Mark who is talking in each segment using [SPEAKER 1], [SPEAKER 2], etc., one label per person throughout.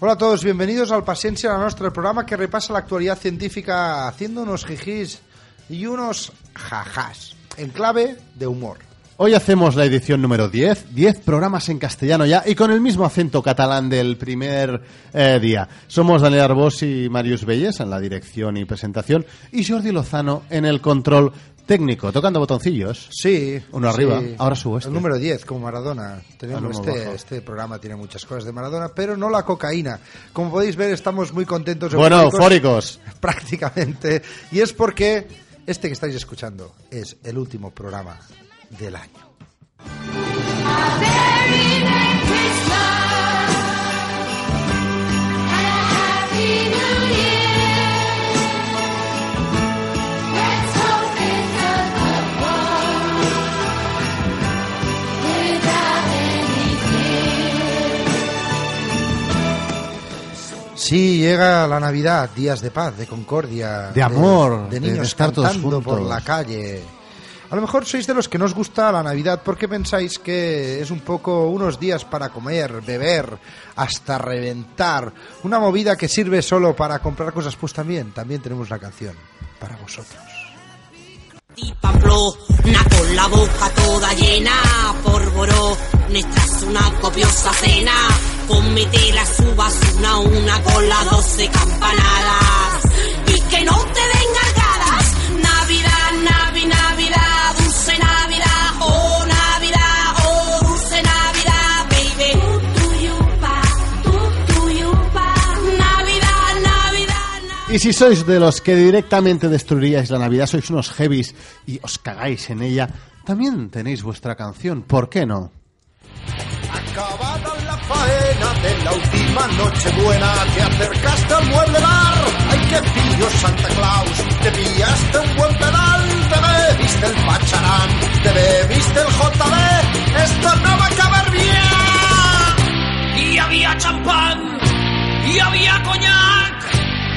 [SPEAKER 1] Hola a todos, bienvenidos al Paciencia, a nuestro programa que repasa la actualidad científica haciendo unos jijís y unos jajás, en clave de humor.
[SPEAKER 2] Hoy hacemos la edición número 10, 10 programas en castellano ya y con el mismo acento catalán del primer eh, día. Somos Daniel Arbós y Marius Belles en la dirección y presentación y Jordi Lozano en el control técnico, tocando botoncillos.
[SPEAKER 1] Sí.
[SPEAKER 2] Uno
[SPEAKER 1] sí.
[SPEAKER 2] arriba, ahora subo este.
[SPEAKER 1] El número 10, como Maradona. Tenemos
[SPEAKER 2] Ah, no, me
[SPEAKER 1] este,
[SPEAKER 2] bajo.
[SPEAKER 1] este programa tiene muchas cosas de Maradona, pero no la cocaína. Como podéis ver, estamos muy contentos.
[SPEAKER 2] Bueno,
[SPEAKER 1] eufóricos,
[SPEAKER 2] eufóricos.
[SPEAKER 1] Prácticamente. Y es porque este que estáis escuchando es el último programa del año. Sí, llega la Navidad, días de paz, de concordia,
[SPEAKER 2] De amor,
[SPEAKER 1] de,
[SPEAKER 2] de
[SPEAKER 1] niños
[SPEAKER 2] estar todos
[SPEAKER 1] cantando
[SPEAKER 2] juntos.
[SPEAKER 1] por la calle. A lo mejor sois de los que no os gusta la Navidad porque pensáis que es un poco unos días para comer, beber, hasta reventar. Una movida que sirve solo para comprar cosas. Pues también, también tenemos la canción para vosotros.
[SPEAKER 3] Pablo, con la boca toda llena, porboró, tras una copiosa cena, comete las uvas una a una con las doce campanadas, y que no te vengan gadas, Navidad, Navi, Navidad, dulce Navidad, oh Navidad, oh dulce Navidad, baby. Tutuyupa, tutuyupa, Navidad, Navidad, Navidad.
[SPEAKER 2] Y si sois de los que directamente destruiríais la Navidad, sois unos heavies y os cagáis en ella, también tenéis vuestra canción, ¿por qué no?
[SPEAKER 4] Acabada la faena de la última noche buena, te acercaste al mueble bar. Ay, que pillo Santa Claus, te pillaste un buen pedal, te bebiste el pacharán, te bebiste el JB, esto no va a acabar bien.
[SPEAKER 5] y había champán y había coñac.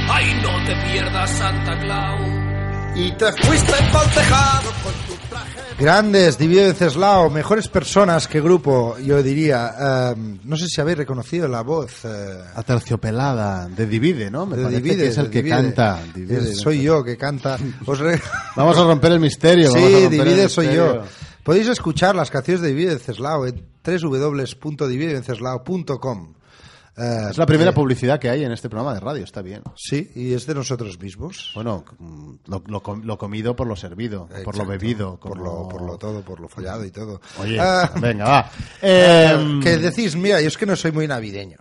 [SPEAKER 5] Ay, no te pierdas Santa Claus.
[SPEAKER 4] Y te fuiste embaltejado con tu traje.
[SPEAKER 1] Grandes, Divido de Ceslao, mejores personas que grupo, yo diría. Em, no sé si habéis reconocido la voz. eh,
[SPEAKER 2] Aterciopelada, de Divide, ¿no? Me
[SPEAKER 1] de
[SPEAKER 2] parece
[SPEAKER 1] Divide,
[SPEAKER 2] que es el
[SPEAKER 1] de
[SPEAKER 2] que
[SPEAKER 1] Divide.
[SPEAKER 2] canta.
[SPEAKER 1] Es-
[SPEAKER 2] Divide, no
[SPEAKER 1] soy
[SPEAKER 2] sé.
[SPEAKER 1] yo que canta. Os re-
[SPEAKER 2] Vamos a romper el misterio. vamos a
[SPEAKER 1] sí,
[SPEAKER 2] romper el
[SPEAKER 1] Divide soy yo.
[SPEAKER 2] misterio.
[SPEAKER 1] Podéis escuchar las canciones de Divide Ceslao en www.dividevenceslao.com. Eh,
[SPEAKER 2] Es la primera
[SPEAKER 1] eh,
[SPEAKER 2] publicidad que hay en este programa de radio, está bien.
[SPEAKER 1] Sí, y es de nosotros mismos.
[SPEAKER 2] Bueno, mm, lo, lo com- lo comido por lo servido, por lo
[SPEAKER 1] Exacto,
[SPEAKER 2] bebido.
[SPEAKER 1] por
[SPEAKER 2] como-
[SPEAKER 1] lo, por lo todo, por lo follado y todo.
[SPEAKER 2] Oye,
[SPEAKER 1] Ah,
[SPEAKER 2] venga, va. Eh,
[SPEAKER 1] que decís, mira, yo es que no soy muy navideño.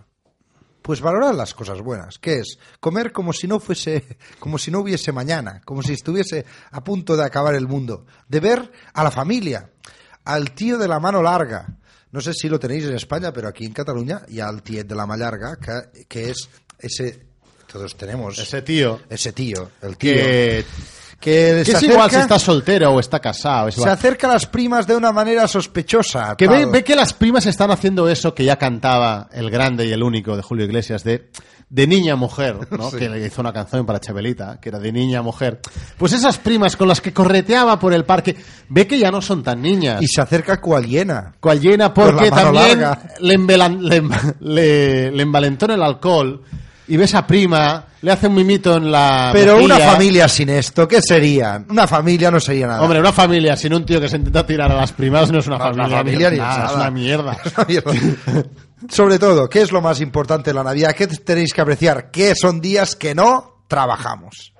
[SPEAKER 1] Pues valorad las cosas buenas, que es comer como si no fuese, como si no hubiese mañana, como si estuviese a punto de acabar el mundo, de ver a la familia, al tío de la mano larga, no sé si lo tenéis en España, pero aquí en Cataluña, y al tío de la mano larga, que, que es ese, todos tenemos ese,
[SPEAKER 2] ese tío
[SPEAKER 1] tío, el tío,
[SPEAKER 2] que,
[SPEAKER 1] que,
[SPEAKER 2] que
[SPEAKER 1] se
[SPEAKER 2] es igual si
[SPEAKER 1] acerca-
[SPEAKER 2] está soltero o está casado. es
[SPEAKER 1] se
[SPEAKER 2] igual.
[SPEAKER 1] acerca a las primas de una manera sospechosa.
[SPEAKER 2] Que ve,
[SPEAKER 1] tal.
[SPEAKER 2] ve que las primas están haciendo eso que ya cantaba el grande y el único de Julio Iglesias de, de niña a mujer, ¿no? que le hizo una canción para Chabelita, que era de niña a mujer. Pues esas primas con las que correteaba por el parque, ve que ya no son tan niñas.
[SPEAKER 1] Y se acerca cual hiena.
[SPEAKER 2] cual llena
[SPEAKER 1] Con
[SPEAKER 2] porque
[SPEAKER 1] la mano
[SPEAKER 2] también
[SPEAKER 1] larga.
[SPEAKER 2] le, embelan- le em- le- le envalentó en el alcohol y ves a prima, le hace un mimito en la
[SPEAKER 1] Pero una
[SPEAKER 2] mejilla.
[SPEAKER 1] familia sin esto, ¿qué serían? Una familia no sería nada.
[SPEAKER 2] Hombre, una familia sin un tío que se intenta tirar a las primas no es una
[SPEAKER 1] No,
[SPEAKER 2] familia.
[SPEAKER 1] una familia
[SPEAKER 2] ni
[SPEAKER 1] ni
[SPEAKER 2] nada,
[SPEAKER 1] nada.
[SPEAKER 2] es una mierda.
[SPEAKER 1] Sobre todo, ¿qué es lo más importante de la Navidad? ¿Qué tenéis que apreciar? ¿Qué son días que no trabajamos?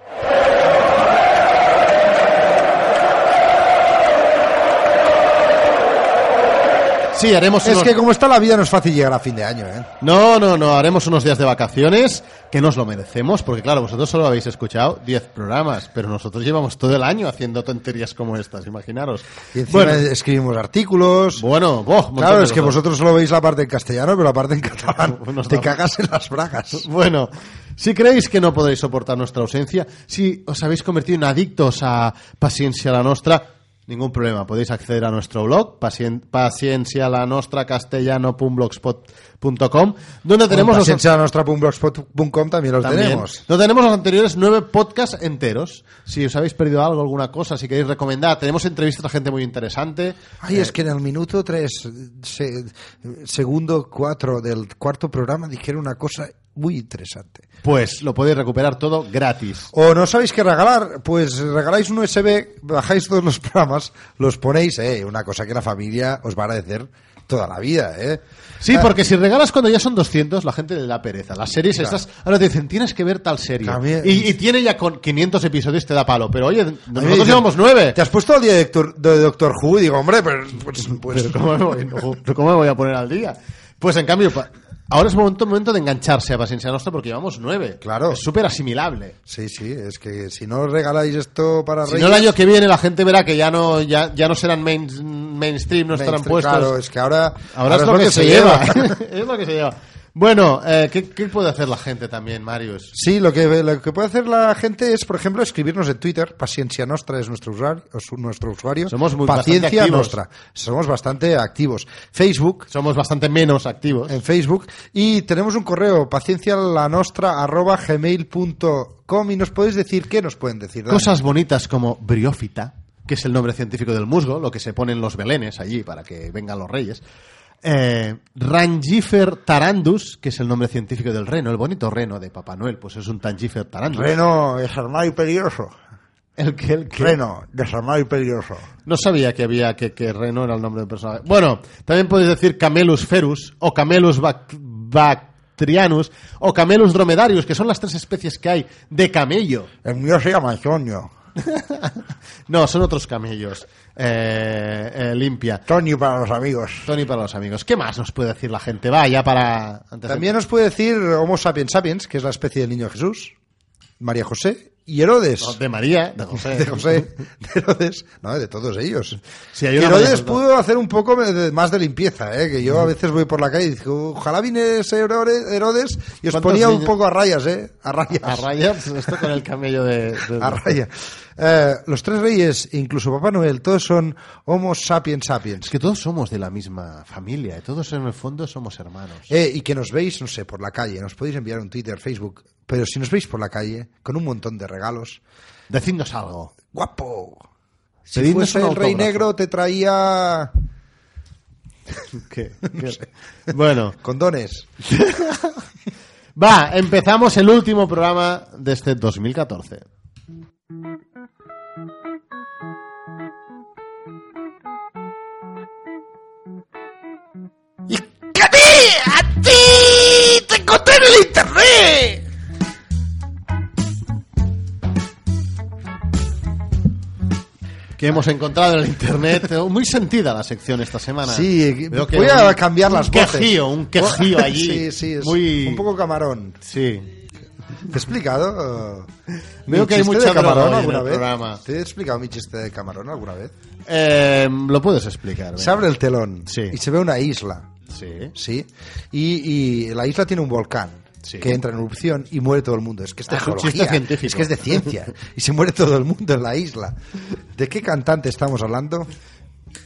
[SPEAKER 2] Sí, haremos
[SPEAKER 1] Es
[SPEAKER 2] unos-
[SPEAKER 1] que como está la vida no es fácil llegar a fin de año, ¿eh?
[SPEAKER 2] No, no, no, haremos unos días de vacaciones que nos lo merecemos, porque claro, vosotros solo habéis escuchado 10 programas, pero nosotros llevamos todo el año haciendo tonterías como estas, imaginaros.
[SPEAKER 1] Y encima
[SPEAKER 2] bueno,
[SPEAKER 1] escribimos artículos.
[SPEAKER 2] bueno, boh, montón
[SPEAKER 1] claro,
[SPEAKER 2] de
[SPEAKER 1] es que
[SPEAKER 2] cosas.
[SPEAKER 1] vosotros solo veis la parte en castellano, pero la parte en catalán
[SPEAKER 2] Nos
[SPEAKER 1] te
[SPEAKER 2] damos-
[SPEAKER 1] cagas en las bragas.
[SPEAKER 2] Bueno, si creéis que no podéis soportar nuestra ausencia, si os habéis convertido en adictos a Paciencia la Nostra, ningún problema. Podéis acceder a nuestro blog, pacien- paciencialanostracastellano.blogspot.com, donde tenemos los,
[SPEAKER 1] Paciencia nostra punto blogspot.com también los
[SPEAKER 2] También.
[SPEAKER 1] tenemos.
[SPEAKER 2] No tenemos los anteriores nueve podcasts enteros. Si os habéis perdido algo, alguna cosa, si queréis recomendar, tenemos entrevistas a gente muy interesante.
[SPEAKER 1] Ay,
[SPEAKER 2] Eh,
[SPEAKER 1] es que en el minuto 3, segundo 4 del cuarto programa dijeron una cosa muy interesante.
[SPEAKER 2] Pues lo podéis recuperar todo gratis.
[SPEAKER 1] ¿O no sabéis qué regalar? Pues regaláis un USB, bajáis todos los programas, los ponéis, eh, una cosa que la familia os va a agradecer toda la vida, eh.
[SPEAKER 2] Sí,
[SPEAKER 1] Ah,
[SPEAKER 2] porque si regalas cuando ya son 200, la gente le da pereza. Las series
[SPEAKER 1] Claro.
[SPEAKER 2] estas, ahora te dicen, tienes que ver tal serie.
[SPEAKER 1] También-
[SPEAKER 2] Y, y tiene ya con 500 episodios, te da palo. Pero oye,
[SPEAKER 1] a mí me
[SPEAKER 2] nosotros
[SPEAKER 1] dicen,
[SPEAKER 2] llevamos 9.
[SPEAKER 1] ¿Te has puesto al día de Doctor, de Doctor Who? Y digo, hombre, pues... pues, pues-
[SPEAKER 2] Pero ¿cómo me, voy, no, ¿cómo me voy a poner al día? Pues en cambio, pa- ahora es momento, momento de engancharse a Paciencia Nostra porque llevamos 9.
[SPEAKER 1] Claro.
[SPEAKER 2] Es súper asimilable.
[SPEAKER 1] Sí, sí, es que si no os regaláis esto para
[SPEAKER 2] Si
[SPEAKER 1] Reyes...
[SPEAKER 2] no, el año que viene la gente verá que ya no, ya, ya no serán main- mainstream, no estarán
[SPEAKER 1] mainstream,
[SPEAKER 2] puestos.
[SPEAKER 1] Claro, es que ahora...
[SPEAKER 2] Ahora, es lo, que, se, lleva. es lo que se lleva. Bueno, eh, ¿qué, qué puede hacer la gente también, Marius?
[SPEAKER 1] Sí, lo que, lo que puede hacer la gente es, por ejemplo, escribirnos en Twitter. Paciencia Nostra es nuestro usuario. es un- nuestro usuario.
[SPEAKER 2] Somos muy- bastante
[SPEAKER 1] Paciencia
[SPEAKER 2] activos.
[SPEAKER 1] Nostra. Somos bastante activos. Facebook,
[SPEAKER 2] Somos bastante menos activos.
[SPEAKER 1] en Facebook. Y tenemos un correo, paciencialanostra.gmail.com. Y nos podéis decir qué nos pueden decir. Dani?
[SPEAKER 2] Cosas bonitas como briófita, que es el nombre científico del musgo, lo que se pone en los belenes allí para que vengan los reyes. Eh, Rangifer tarandus, que es el nombre científico del reno, el bonito reno de Papá Noel, pues es un Tangifer tarandus.
[SPEAKER 1] Reno, desarmado y peligroso.
[SPEAKER 2] El que, el que-
[SPEAKER 1] Reno, desarmado y peligroso.
[SPEAKER 2] No sabía que había que, que reno era el nombre del personaje. Bueno, también podéis decir Camelus ferus o Camelus bac- bactrianus o Camelus dromedarius, que son las tres especies que hay de camello.
[SPEAKER 1] El mío se llama Antonio.
[SPEAKER 2] No, son otros camellos. Eh, eh, limpia.
[SPEAKER 1] Tony para los amigos.
[SPEAKER 2] Tony para los amigos. ¿Qué más nos puede decir la gente? Va, ya para... antes de-
[SPEAKER 1] También nos puede decir Homo sapiens sapiens, que es la especie del niño Jesús, María José y Herodes.
[SPEAKER 2] De María, de José.
[SPEAKER 1] De José, de Herodes, no, de todos ellos.
[SPEAKER 2] Sí, hay
[SPEAKER 1] Que
[SPEAKER 2] una
[SPEAKER 1] Herodes
[SPEAKER 2] María José.
[SPEAKER 1] pudo hacer un poco de- más de limpieza, ¿eh? que yo a veces voy por la calle y digo, ojalá viniese Herore- Herodes y os
[SPEAKER 2] ¿Cuántos
[SPEAKER 1] ponía un
[SPEAKER 2] niños?
[SPEAKER 1] poco a rayas, ¿eh? A rayas.
[SPEAKER 2] A rayas, pues, esto con el camello de... de-
[SPEAKER 1] A raya. Eh, los tres reyes, incluso Papá Noel, todos son Homo sapiens sapiens.
[SPEAKER 2] Es que todos somos de la misma familia, eh, todos en el fondo somos hermanos.
[SPEAKER 1] Eh, y que nos veis, no sé, por la calle, nos podéis enviar un Twitter, Facebook, pero si nos veis por la calle, con un montón de regalos,
[SPEAKER 2] Decidnos algo.
[SPEAKER 1] guapo. Si
[SPEAKER 2] Pedidnos
[SPEAKER 1] fuese
[SPEAKER 2] un
[SPEAKER 1] el Rey
[SPEAKER 2] autógrafo.
[SPEAKER 1] Negro te traía
[SPEAKER 2] ¿Qué? ¿Qué? Bueno,
[SPEAKER 1] condones.
[SPEAKER 2] va, empezamos el último programa de este 2014.
[SPEAKER 6] Y que a ti, a ti, te encontré en el internet.
[SPEAKER 2] Que hemos encontrado en el internet. Eh, Muy sentida la sección esta semana.
[SPEAKER 1] Sí, eh,
[SPEAKER 2] Veo que
[SPEAKER 1] voy a
[SPEAKER 2] un-
[SPEAKER 1] cambiar las
[SPEAKER 2] un
[SPEAKER 1] voces.
[SPEAKER 2] quejío, un quejío
[SPEAKER 1] Sí,
[SPEAKER 2] allí.
[SPEAKER 1] sí, es
[SPEAKER 2] Muy-
[SPEAKER 1] un poco camarón.
[SPEAKER 2] Sí.
[SPEAKER 1] ¿Te he explicado? eh,
[SPEAKER 2] Veo
[SPEAKER 1] mi
[SPEAKER 2] que hay
[SPEAKER 1] chiste
[SPEAKER 2] mucha
[SPEAKER 1] de camarón
[SPEAKER 2] broma hoy en
[SPEAKER 1] alguna
[SPEAKER 2] el
[SPEAKER 1] vez.
[SPEAKER 2] programa.
[SPEAKER 1] ¿Te he explicado mi chiste de camarón alguna vez?
[SPEAKER 2] Eh, lo puedes explicar. venga.
[SPEAKER 1] Se abre el telón
[SPEAKER 2] Sí.
[SPEAKER 1] y se ve una isla,
[SPEAKER 2] Sí.
[SPEAKER 1] ¿sí? Y, y la isla tiene un volcán.
[SPEAKER 2] Sí.
[SPEAKER 1] Que entra en erupción y muere todo el mundo. Es que esta
[SPEAKER 2] Ah, es un
[SPEAKER 1] geología,
[SPEAKER 2] chiste científico.
[SPEAKER 1] es que es de ciencia. Y se muere todo el mundo en la isla. ¿De qué cantante estamos hablando?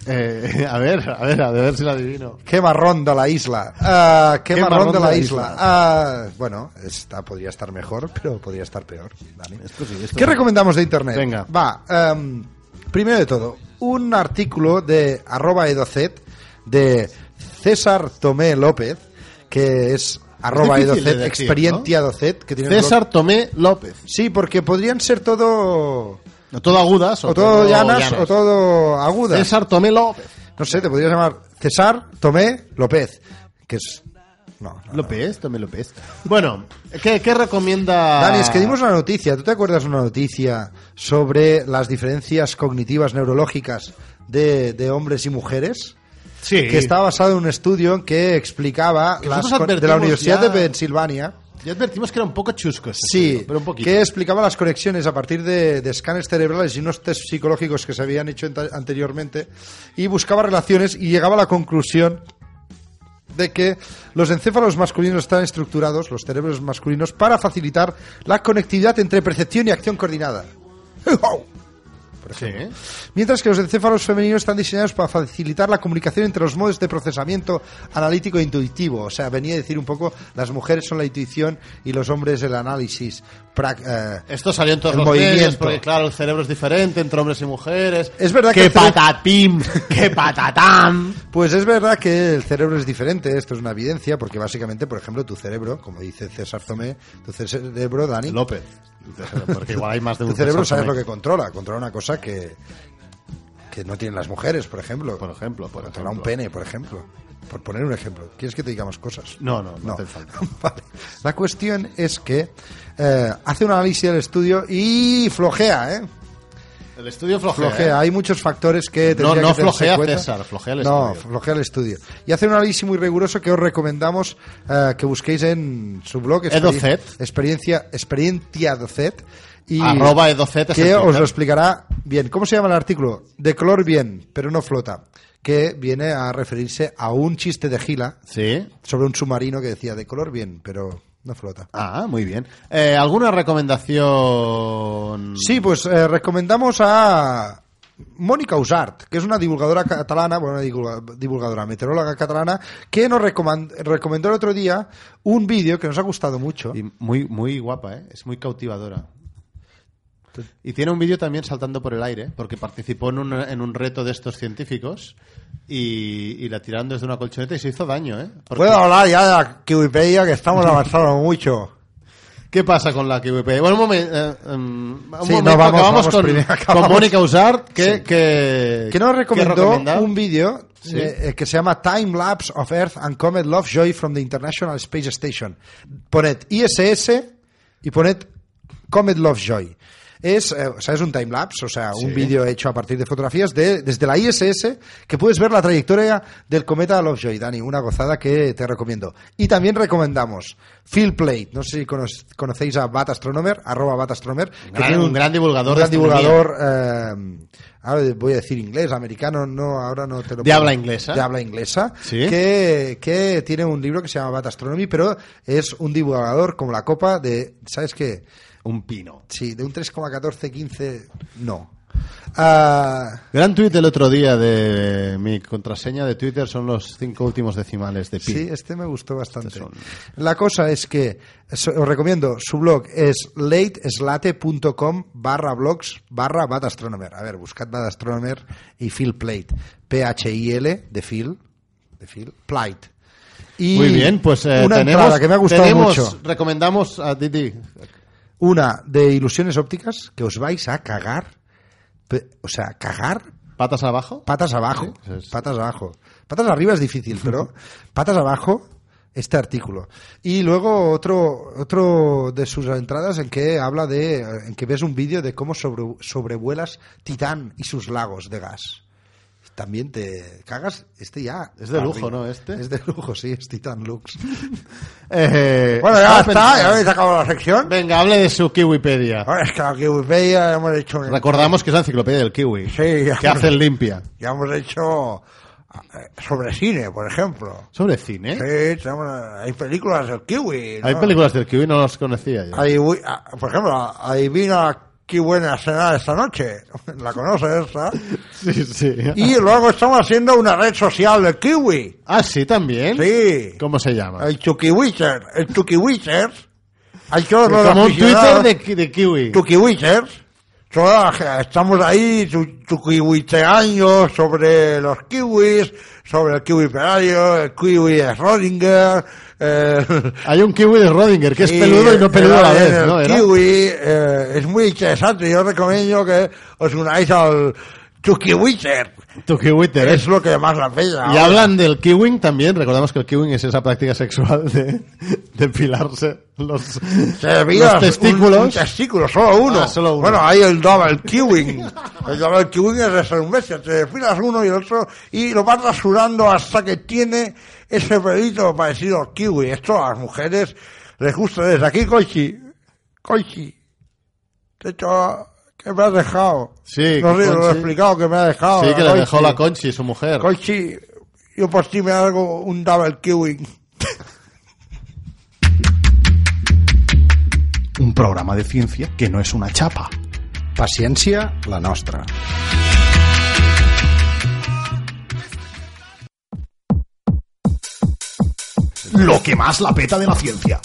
[SPEAKER 2] Eh, a ver, a ver, a ver si lo adivino.
[SPEAKER 1] Qué marrón de la isla. Ah, qué,
[SPEAKER 2] Qué
[SPEAKER 1] marrón, de la isla.
[SPEAKER 2] isla.
[SPEAKER 1] Ah, bueno, esta podría estar mejor, pero podría estar peor. Dani.
[SPEAKER 2] Esto sí, esto
[SPEAKER 1] ¿Qué
[SPEAKER 2] sí.
[SPEAKER 1] recomendamos de internet?
[SPEAKER 2] Venga.
[SPEAKER 1] Va. em, primero de todo, un artículo de arroba edocet de César Tomé López, que es arroba
[SPEAKER 2] difícil de
[SPEAKER 1] edocet,
[SPEAKER 2] decir,
[SPEAKER 1] experientia docet, que tiene un blog-
[SPEAKER 2] César Tomé López.
[SPEAKER 1] Sí, porque podrían ser todo
[SPEAKER 2] O todo agudas.
[SPEAKER 1] o todo llanas o todo agudas.
[SPEAKER 2] César Tomé López.
[SPEAKER 1] No sé, te podrías llamar César Tomé López, que es... No, no, no.
[SPEAKER 2] López, Tomé López. Bueno, ¿qué, qué recomienda?
[SPEAKER 1] Dani, es que dimos una noticia. ¿Tú te acuerdas una noticia sobre las diferencias cognitivas neurológicas de, de hombres y mujeres?
[SPEAKER 2] Sí.
[SPEAKER 1] Que estaba basado en un estudio en que explicaba
[SPEAKER 2] Que
[SPEAKER 1] las
[SPEAKER 2] nosotros
[SPEAKER 1] co- de la
[SPEAKER 2] advertimos
[SPEAKER 1] Universidad
[SPEAKER 2] ya-
[SPEAKER 1] de Pensilvania.
[SPEAKER 2] Ya advertimos que era un poco chusco. este
[SPEAKER 1] Sí,
[SPEAKER 2] estudio, pero un poquito.
[SPEAKER 1] que explicaba las conexiones a partir de, de escáneres cerebrales y unos test psicológicos que se habían hecho anta- anteriormente y buscaba relaciones y llegaba a la conclusión de que los encéfalos masculinos están estructurados, los cerebros masculinos, para facilitar la conectividad entre percepción y acción coordinada. ¡Hey, ho! Por por
[SPEAKER 2] Sí.
[SPEAKER 1] ejemplo. Mientras que los encéfalos femeninos están diseñados para facilitar la comunicación entre los modos de procesamiento analítico e intuitivo. O sea, venía a decir un poco, las mujeres son la intuición y los hombres el análisis. Pra- eh,
[SPEAKER 2] Esto salió en todos
[SPEAKER 1] El
[SPEAKER 2] los
[SPEAKER 1] movimiento.
[SPEAKER 2] medios, porque claro, el cerebro es diferente entre hombres y mujeres.
[SPEAKER 1] Es verdad que
[SPEAKER 2] ¡Qué
[SPEAKER 1] el cerebro-
[SPEAKER 2] patatín! ¡Qué patatam!
[SPEAKER 1] Pues es verdad que el cerebro es diferente, esto es una evidencia, porque básicamente, por ejemplo, tu cerebro, como dice César Tomé, tu cerebro, Dani,
[SPEAKER 2] López. Porque igual hay más de
[SPEAKER 1] tu
[SPEAKER 2] un
[SPEAKER 1] cerebro
[SPEAKER 2] César
[SPEAKER 1] sabes lo
[SPEAKER 2] Tomé.
[SPEAKER 1] que controla, controla una cosa que, que no tienen las mujeres, por ejemplo.
[SPEAKER 2] Por ejemplo, por
[SPEAKER 1] controla un
[SPEAKER 2] ejemplo.
[SPEAKER 1] pene, por ejemplo. Por poner un ejemplo, ¿quieres que te digamos cosas?
[SPEAKER 2] No, no, no hace falta.
[SPEAKER 1] Vale. La cuestión es que eh, hace un análisis del estudio y flojea, ¿eh?
[SPEAKER 2] El estudio flojea. ¿eh?
[SPEAKER 1] Flojea, hay muchos factores que tendría
[SPEAKER 2] No, no
[SPEAKER 1] que tenerse en
[SPEAKER 2] flojea
[SPEAKER 1] cuenta.
[SPEAKER 2] César, flojea el
[SPEAKER 1] No,
[SPEAKER 2] estudio.
[SPEAKER 1] flojea el estudio. Y hace un análisis muy riguroso que os recomendamos eh, que busquéis en su blog. experi-
[SPEAKER 2] Edocet.
[SPEAKER 1] Experiencia, experiencia docet. Y
[SPEAKER 2] Arroba E Edocet es el ¿eh?
[SPEAKER 1] Que os
[SPEAKER 2] Twitter.
[SPEAKER 1] lo explicará bien. ¿Cómo se llama el artículo? De color bien, pero no flota. Que viene a referirse a un chiste de Gila
[SPEAKER 2] Sí.
[SPEAKER 1] sobre un submarino que decía de color bien, pero no flota.
[SPEAKER 2] Ah, muy bien. Eh, ¿Alguna recomendación?
[SPEAKER 1] Sí, pues eh, recomendamos a Mónica Usart, que es una divulgadora catalana, bueno, una divulga- divulgadora, meteoróloga catalana, que nos recoman- recomendó el otro día un vídeo que nos ha gustado mucho.
[SPEAKER 2] Y muy, muy guapa, ¿eh? Es muy cautivadora. Y tiene un vídeo también saltando por el aire, ¿eh? porque participó en un, en un reto de estos científicos y, y la tiraron desde una colchoneta y se hizo daño, ¿eh? Porque-
[SPEAKER 1] Puedo hablar ya de la Wikipedia, que estamos avanzando mucho.
[SPEAKER 2] ¿Qué pasa con la QVP? Bueno, un, momen- eh, um, un
[SPEAKER 1] Sí,
[SPEAKER 2] momento,
[SPEAKER 1] no, vamos,
[SPEAKER 2] acabamos
[SPEAKER 1] vamos
[SPEAKER 2] con,
[SPEAKER 1] primero,
[SPEAKER 2] con
[SPEAKER 1] acabamos.
[SPEAKER 2] Mónica Usart, que,
[SPEAKER 1] Sí.
[SPEAKER 2] que,
[SPEAKER 1] Que nos
[SPEAKER 2] que
[SPEAKER 1] recomendó
[SPEAKER 2] recomienda.
[SPEAKER 1] un vídeo
[SPEAKER 2] Sí.
[SPEAKER 1] eh, eh, que se llama Time Lapse of Earth and Comet Love Joy from the International Space Station. Poned ISS y poned Comet Love Joy. Es, eh, o sea, es un time lapse, o sea, un vídeo hecho a partir de fotografías de, desde la ISS que puedes ver la trayectoria del cometa Lovejoy, Dani, una gozada que te recomiendo. Y también recomendamos Phil Plate, no sé si cono- conocéis a Bat Astronomer, arroba Bat Astronomer, que
[SPEAKER 2] gran- un gran divulgador
[SPEAKER 1] un
[SPEAKER 2] de
[SPEAKER 1] gran
[SPEAKER 2] astronomía.
[SPEAKER 1] divulgador eh, ahora voy a decir inglés, americano, no, ahora no te lo
[SPEAKER 2] De
[SPEAKER 1] puedo-
[SPEAKER 2] habla inglesa.
[SPEAKER 1] De habla inglesa.
[SPEAKER 2] Sí.
[SPEAKER 1] Que, que tiene un libro que se llama Bat Astronomy, pero es un divulgador como la copa de, ¿sabes qué?
[SPEAKER 2] Un pino.
[SPEAKER 1] Sí, de un 3,1415, no. Ah,
[SPEAKER 2] Gran tuit del otro día de mi contraseña de Twitter son los cinco últimos decimales de pi.
[SPEAKER 1] sí, este me gustó bastante.
[SPEAKER 2] Estos
[SPEAKER 1] La cosa es que, so- os recomiendo, su blog es lateslate.com barra blogs barra Bad Astronomer. A ver, buscad Bad Astronomer y Phil Plate. P-H-I-L de Phil, de Phil, Plate. Y
[SPEAKER 2] Muy bien, pues eh,
[SPEAKER 1] una
[SPEAKER 2] tenemos,
[SPEAKER 1] entrada que me ha gustado
[SPEAKER 2] tenemos-
[SPEAKER 1] mucho.
[SPEAKER 2] Recomendamos a Didi.
[SPEAKER 1] Una de ilusiones ópticas que os vais a cagar. Pe- O sea, cagar,
[SPEAKER 2] ¿Patas abajo?
[SPEAKER 1] patas abajo,
[SPEAKER 2] Sí, sí, sí.
[SPEAKER 1] patas abajo. Patas arriba es difícil, pero patas abajo este artículo. Y luego otro otro de sus entradas en que habla de en que ves un vídeo de cómo sobre- sobrevuelas Titán y sus lagos de gas. También te cagas, este ya.
[SPEAKER 2] Es de
[SPEAKER 1] para
[SPEAKER 2] lujo, ¿no, este?
[SPEAKER 1] Es de lujo, sí, es Titan Lux.
[SPEAKER 2] Eh,
[SPEAKER 1] bueno, ya
[SPEAKER 2] estaba
[SPEAKER 1] está,
[SPEAKER 2] pensando-
[SPEAKER 1] ya Ah, habéis acabado la sección.
[SPEAKER 2] Venga, hable de su Kiwipedia.
[SPEAKER 1] Ahora es que la Wikipedia hemos hecho.
[SPEAKER 2] Recordamos que es la enciclopedia del kiwi.
[SPEAKER 1] Sí, ya.
[SPEAKER 2] que hace limpia.
[SPEAKER 1] Ya hemos hecho. eh, Sobre cine, por ejemplo.
[SPEAKER 2] Sobre cine.
[SPEAKER 1] Sí, tenemos- hay películas del kiwi. ¿no?
[SPEAKER 2] Hay películas del kiwi, no las conocía yo.
[SPEAKER 1] Hay wi- ah, por ejemplo, adivina qué buena cena esta noche. La conoces esta.
[SPEAKER 2] Sí, sí.
[SPEAKER 1] Y luego estamos haciendo una red social del kiwi.
[SPEAKER 2] Ah, sí, también.
[SPEAKER 1] Sí.
[SPEAKER 2] ¿Cómo se llama?
[SPEAKER 1] El Chucky Witcher. El Chucky Witcher. Hay todos los
[SPEAKER 2] Como un Twitter
[SPEAKER 1] aficionados-
[SPEAKER 2] de, ki- de kiwi.
[SPEAKER 1] Chucky Witcher. Toda la ge- Estamos ahí chu- chukiwitcheando sobre los kiwis, sobre el kiwi pelario, el kiwi de Schrödinger, eh,
[SPEAKER 2] Hay un kiwi de Rodinger que es
[SPEAKER 1] Sí,
[SPEAKER 2] peludo y no peludo a la
[SPEAKER 1] era
[SPEAKER 2] vez,
[SPEAKER 1] el
[SPEAKER 2] ¿no? Era-
[SPEAKER 1] kiwi eh, es muy interesante. Yo recomiendo que os unáis al Chucky Witcher.
[SPEAKER 2] Tu kiwiter,
[SPEAKER 1] Es
[SPEAKER 2] es.
[SPEAKER 1] lo que más la pega.
[SPEAKER 2] Y hablan del kiwing también. Recordamos que el kiwing es esa práctica sexual de depilarse los,
[SPEAKER 1] Servías
[SPEAKER 2] los
[SPEAKER 1] un-
[SPEAKER 2] testículos.
[SPEAKER 1] Un, testículo, solo uno.
[SPEAKER 2] Ah, solo uno.
[SPEAKER 1] Bueno, hay el double kiwing. el double kiwing es de ser un bestia. Te depilas uno y el otro y lo vas rasurando hasta que tiene ese pelito parecido al kiwi. Esto a las mujeres les gusta. Desde aquí, Koichi. Koichi. De hecho, que me has dejado.
[SPEAKER 2] Sí,
[SPEAKER 1] No sé, lo he
[SPEAKER 2] Koichi.
[SPEAKER 1] explicado que me ha dejado.
[SPEAKER 2] sí, que le dejó
[SPEAKER 1] Koichi.
[SPEAKER 2] la Conchi, su mujer.
[SPEAKER 1] Koichi, yo por ti me hago un double kiwing.
[SPEAKER 7] Un programa de ciencia que no es una chapa.
[SPEAKER 1] Paciència la nostra.
[SPEAKER 7] Lo que más la peta de la ciencia.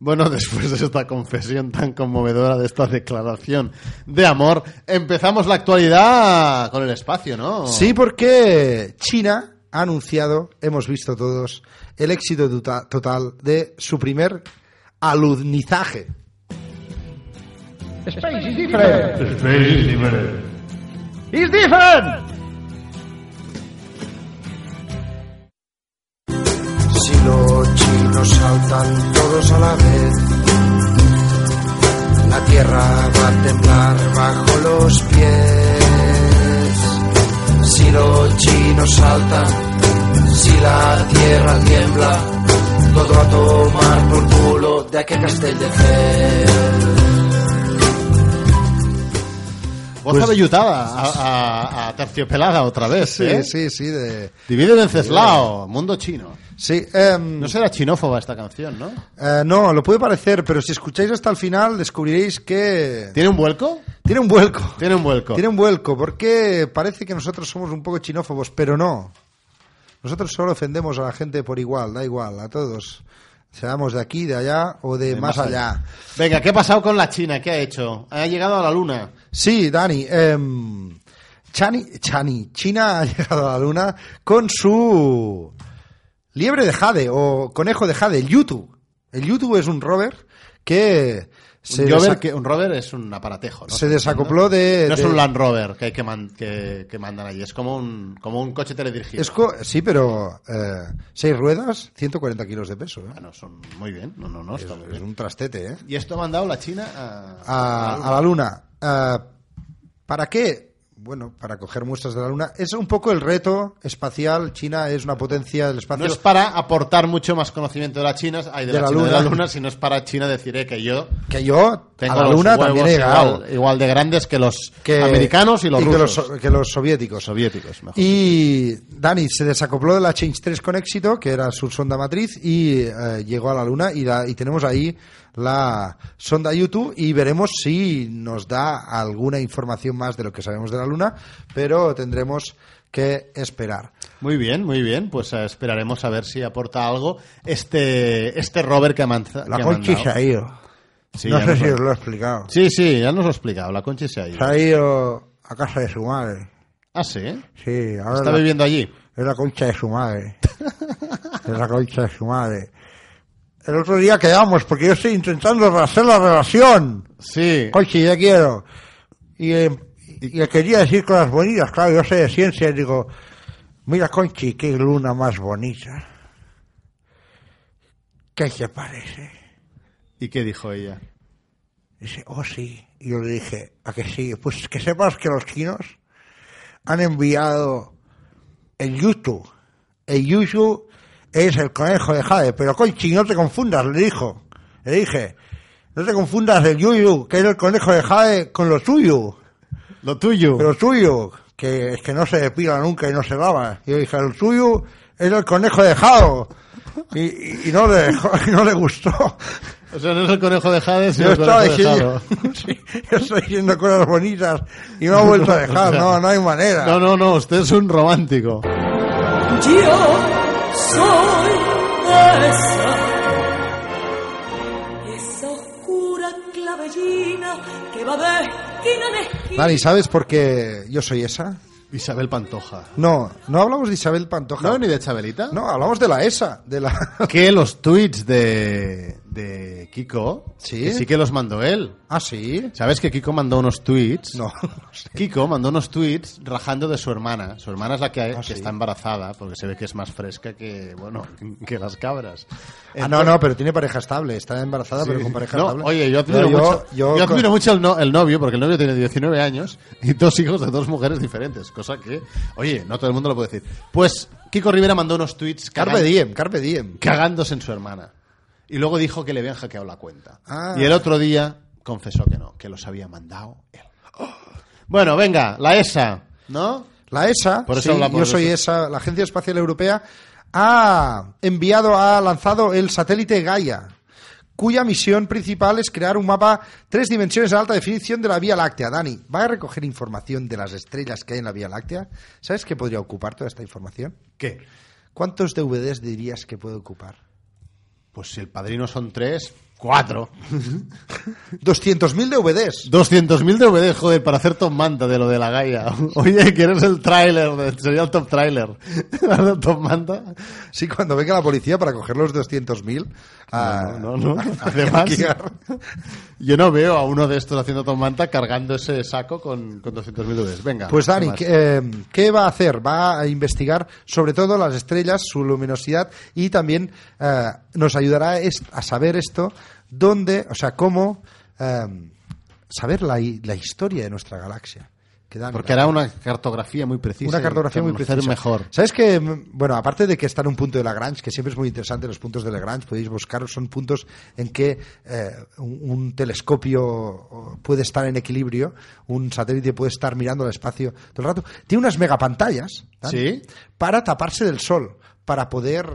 [SPEAKER 2] Bueno, después de esta confesión tan conmovedora, de esta declaración de amor, empezamos la actualidad con el espacio, ¿no?
[SPEAKER 1] Sí, porque China ha anunciado, hemos visto todos, el éxito tuta- total de su primer alunizaje.
[SPEAKER 4] Si los chinos saltan todos a la vez, la tierra va a temblar bajo los pies. Si los chinos saltan, si la tierra tiembla, todo a tomar por culo de aquel Castelldefels.
[SPEAKER 2] Voz
[SPEAKER 1] Pues-
[SPEAKER 2] avellutada a, a- a terciopelada otra vez, ¿eh?
[SPEAKER 1] Sí, sí, sí. De...
[SPEAKER 2] Divide Venceslao, mundo chino.
[SPEAKER 1] Sí, em,
[SPEAKER 2] No será chinófoba esta canción, ¿no?
[SPEAKER 1] eh, no, lo puede parecer, pero si escucháis hasta el final descubriréis que
[SPEAKER 2] ¿Tiene un vuelco?
[SPEAKER 1] tiene un vuelco.
[SPEAKER 2] Tiene un vuelco.
[SPEAKER 1] Tiene un vuelco, porque parece que nosotros somos un poco chinófobos, pero no. Nosotros solo ofendemos a la gente por igual, da igual, a todos. Seamos de aquí, de allá o de,
[SPEAKER 2] De
[SPEAKER 1] más, allá.
[SPEAKER 2] Venga, ¿qué ha pasado con la China? ¿Qué ha hecho? Ha llegado a la luna.
[SPEAKER 1] Sí, Dani. em, Chani, Chani, China ha llegado a la luna con su liebre de jade o conejo de jade, el Yutu. El Yutu es un rover que se,
[SPEAKER 2] un, rover,
[SPEAKER 1] desa-
[SPEAKER 2] que, un rover es un aparatejo, ¿no?
[SPEAKER 1] se desacopló de...
[SPEAKER 2] No es
[SPEAKER 1] de-
[SPEAKER 2] un Land Rover que, hay que, man- que, que mandan allí, es como un, como un coche teledirigido.
[SPEAKER 1] es co- sí, pero eh, seis ruedas, 140 kilos de peso. ¿eh?
[SPEAKER 2] Bueno, Ah, son muy bien, no, no, no, está muy
[SPEAKER 1] Es Ah,
[SPEAKER 2] bien.
[SPEAKER 1] un trastete, ¿eh?
[SPEAKER 2] Y esto ha mandado la China a...
[SPEAKER 1] A, a la Luna. Ah, ¿Para qué? Bueno, para coger muestras de la Luna. Es un poco el reto espacial. China es una potencia del espacio.
[SPEAKER 2] No es para aportar mucho más conocimiento de la China, ay, de, la, China, de la luna, sino es para China decir eh, que yo
[SPEAKER 1] Que yo
[SPEAKER 2] tengo
[SPEAKER 1] a la
[SPEAKER 2] los
[SPEAKER 1] Luna
[SPEAKER 2] huevos
[SPEAKER 1] también he llegado.
[SPEAKER 2] igual, igual de grandes que los
[SPEAKER 1] Que-
[SPEAKER 2] americanos y los
[SPEAKER 1] que
[SPEAKER 2] rusos.
[SPEAKER 1] so- que los soviéticos.
[SPEAKER 2] soviéticos, mejor.
[SPEAKER 1] Y Dani se desacopló de la Change 3 con éxito, que era su sonda matriz, y eh, llegó a la Luna. Y, la- y tenemos ahí la sonda YouTube y veremos si nos da alguna información más de lo que sabemos de la Luna, pero tendremos que esperar.
[SPEAKER 2] Muy bien, muy bien. Pues eh, esperaremos a ver si aporta algo este, este rover que ha, manza- que ha mandado.
[SPEAKER 1] ido.
[SPEAKER 2] Sí, ya nos lo-
[SPEAKER 1] he explicado.
[SPEAKER 2] Sí, sí, ya nos lo he explicado. La Conchi se ha ido.
[SPEAKER 1] ido a casa de su madre.
[SPEAKER 2] Ah, sí.
[SPEAKER 1] Sí, ahora
[SPEAKER 2] Está viviendo allí.
[SPEAKER 1] Es la concha de su madre. Es la concha de su madre. El otro día quedamos porque yo estoy intentando hacer la relación.
[SPEAKER 2] Sí.
[SPEAKER 1] Conchi, ya quiero. Y, eh, y le quería decir cosas bonitas. Claro, yo sé de ciencia y digo, mira Conchi, qué luna más bonita. ¿Qué te parece?
[SPEAKER 2] ¿Y qué dijo ella?
[SPEAKER 1] Dice, oh sí. Y yo le dije, ¿a que sí? Pues que sepas que los chinos han enviado el YouTube. El YouTube es el conejo de Jade, pero Conchi, no te confundas, le dijo. Le dije, no te confundas el Yuyu, que es el conejo de Jade, con lo tuyo.
[SPEAKER 2] Lo tuyo.
[SPEAKER 1] Pero tuyo, que es que no se depila nunca y no se lava. Y yo dije, el tuyo es el conejo de Jade. Y, y- y no le, y no le gustó.
[SPEAKER 2] O sea, no es el conejo de Jade, sino
[SPEAKER 1] Yo
[SPEAKER 2] el conejo
[SPEAKER 1] estaba
[SPEAKER 2] de
[SPEAKER 1] diciendo,
[SPEAKER 2] Jaro.
[SPEAKER 1] sí, yo estoy diciendo cosas bonitas y me ha vuelto a dejar. No, no hay manera.
[SPEAKER 2] No, no, no. Usted es un romántico.
[SPEAKER 5] Yo soy esa, esa oscura clavellina que va de esquina en esquina.
[SPEAKER 1] Dani, ¿sabes por qué yo soy esa?
[SPEAKER 2] Isabel Pantoja.
[SPEAKER 1] No, no hablamos de Isabel Pantoja.
[SPEAKER 2] No, ni de Chabelita.
[SPEAKER 1] No, hablamos de la esa, de la...
[SPEAKER 2] Que los tweets de, de Kiko,
[SPEAKER 1] Sí.
[SPEAKER 2] que sí que los mandó él.
[SPEAKER 1] ¿Ah, sí?
[SPEAKER 2] ¿Sabes que Kiko mandó unos tweets?
[SPEAKER 1] No, no sé.
[SPEAKER 2] Kiko mandó unos tweets rajando de su hermana. Su hermana es la que, que
[SPEAKER 1] Ah, sí.
[SPEAKER 2] está embarazada, porque se ve que es más fresca que, bueno, que las cabras.
[SPEAKER 1] Ah, no, no, pero tiene pareja estable. Está embarazada, pero con pareja
[SPEAKER 2] No,
[SPEAKER 1] estable.
[SPEAKER 2] oye, yo admiro
[SPEAKER 1] No,
[SPEAKER 2] mucho,
[SPEAKER 1] yo-
[SPEAKER 2] yo admiro mucho el, no- el novio, porque el novio tiene 19 años y dos hijos de dos mujeres diferentes, cosa que, oye, no todo el mundo lo puede decir. Pues Kiko Rivera mandó unos tweets
[SPEAKER 1] Carpe
[SPEAKER 2] cagan-
[SPEAKER 1] diem, carpe diem.
[SPEAKER 2] cagándose en su hermana. Y luego dijo que le habían hackeado la cuenta.
[SPEAKER 1] Ah.
[SPEAKER 2] Y el otro día confesó que no, que los había mandado él. Bueno, venga, la ESA, ¿no?
[SPEAKER 1] La ESA,
[SPEAKER 2] Por eso
[SPEAKER 1] sí,
[SPEAKER 2] hablamos
[SPEAKER 1] yo
[SPEAKER 2] de
[SPEAKER 1] soy E
[SPEAKER 2] eso.
[SPEAKER 1] ESA, la Agencia Espacial Europea, ha enviado, ha lanzado el satélite Gaia, cuya misión principal es crear un mapa tres dimensiones de alta definición de la Vía Láctea. Dani, ¿va a recoger información de las estrellas que hay en la Vía Láctea? ¿Sabes qué podría ocupar toda esta información?
[SPEAKER 2] ¿Qué?
[SPEAKER 1] ¿Cuántos DVDs dirías que puede ocupar?
[SPEAKER 2] Pues si el padrino son tres, cuatro.
[SPEAKER 1] 200.000 DVDs.
[SPEAKER 2] 200.000 DVD, joder, para hacer Top Manta de lo de la Gaia. Oye, ¿quieres el tráiler? de- Sería el top tráiler. ¿Hacer Top Manta?
[SPEAKER 1] Sí, cuando venga la policía para coger los 200.000. ah,
[SPEAKER 2] No, no, no.
[SPEAKER 1] hay
[SPEAKER 2] Además,
[SPEAKER 1] que llegar.
[SPEAKER 2] yo no veo a uno de estos haciendo Top Manta cargando ese saco con, con 200.000 DVDs. Venga.
[SPEAKER 1] Pues
[SPEAKER 2] ¿qué
[SPEAKER 1] Dani,
[SPEAKER 2] más?
[SPEAKER 1] ¿qué, eh, ¿qué va a hacer? Va a investigar sobre todo las estrellas, su luminosidad y también eh, nos ayudará es- a saber esto, dónde, o sea, cómo eh, saber la, hi- la historia de nuestra galaxia. Que Dani
[SPEAKER 2] Porque
[SPEAKER 1] va a
[SPEAKER 2] hará una cartografía muy precisa.
[SPEAKER 1] una
[SPEAKER 2] y
[SPEAKER 1] cartografía muy
[SPEAKER 2] conocer
[SPEAKER 1] precisa.
[SPEAKER 2] mejor.
[SPEAKER 1] ¿Sabes que, mm, bueno, aparte de que está en un punto de Lagrange, que siempre es muy interesante los puntos de Lagrange, podéis buscar, son puntos en que eh, un, un telescopio o, puede estar en equilibrio, un satélite puede estar mirando al espacio todo el rato. Tiene unas megapantallas ¿tan?
[SPEAKER 2] Sí.
[SPEAKER 1] para taparse del sol, para poder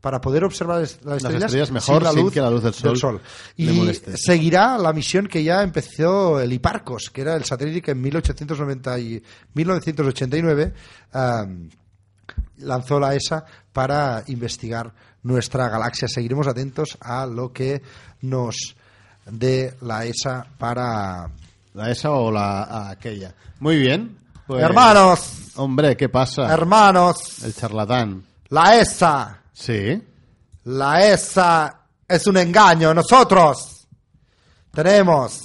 [SPEAKER 1] para poder observar es- las estrellas,
[SPEAKER 2] estrellas mejor, sin que la luz del sol le
[SPEAKER 1] Y
[SPEAKER 2] moleste.
[SPEAKER 1] seguirá la misión que ya empezó el Hiparcos, que era el satélite que en 1890 y 1989 am, lanzó la ESA para investigar nuestra galaxia. Seguiremos atentos a lo que nos dé la ESA para...
[SPEAKER 2] ¿La esa o la a aquella? Muy bien. pues-
[SPEAKER 1] Hermanos,
[SPEAKER 2] Hombre, ¿qué pasa?
[SPEAKER 1] hermanos,
[SPEAKER 2] El charlatán.
[SPEAKER 1] la E ESA,
[SPEAKER 2] Sí.
[SPEAKER 1] la ESA es un engaño. Nosotros tenemos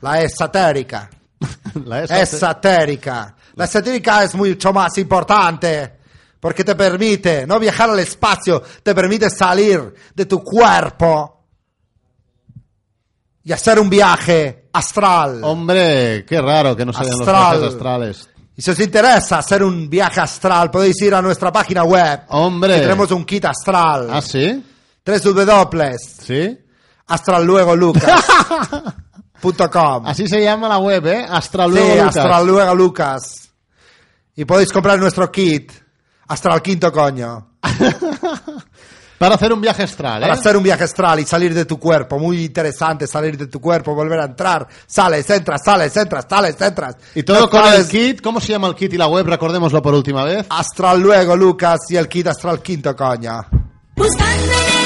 [SPEAKER 1] la esotérica.
[SPEAKER 2] La esa.
[SPEAKER 1] es satírica. La satírica es mucho más importante porque te permite no viajar al espacio, te permite salir de tu cuerpo y hacer un viaje astral.
[SPEAKER 2] Oh. Hombre, qué raro que no salgan
[SPEAKER 1] Astral.
[SPEAKER 2] los viajes astrales.
[SPEAKER 1] Y si os interesa hacer un viaje astral, podéis ir a nuestra página web.
[SPEAKER 2] Hombre.
[SPEAKER 1] que tenemos un kit astral.
[SPEAKER 2] Oh. ¿Ah, sí?
[SPEAKER 1] Tres W.
[SPEAKER 2] ¿Sí?
[SPEAKER 1] astralluegolucas.com.
[SPEAKER 2] Así se llama la web, ¿eh? Astraluego
[SPEAKER 1] Sí,
[SPEAKER 2] Lucas.
[SPEAKER 1] hasta luego, Lucas. Y podéis comprar nuestro kit hasta el quinto coño.
[SPEAKER 2] ¿Eh? Para hacer un viaje astral, ¿eh?
[SPEAKER 1] Para hacer un viaje astral y salir de tu cuerpo. Muy interesante salir de tu cuerpo, volver a entrar. Sales, entras, sales, entras, sales, entras.
[SPEAKER 2] Y todo
[SPEAKER 1] No
[SPEAKER 2] con el
[SPEAKER 1] sabes-
[SPEAKER 2] kit. ¿Cómo se llama el kit y la web? Recordémoslo por última vez.
[SPEAKER 1] Hasta luego, Lucas, y el kit hasta el quinto coño.
[SPEAKER 8] Buscando Pues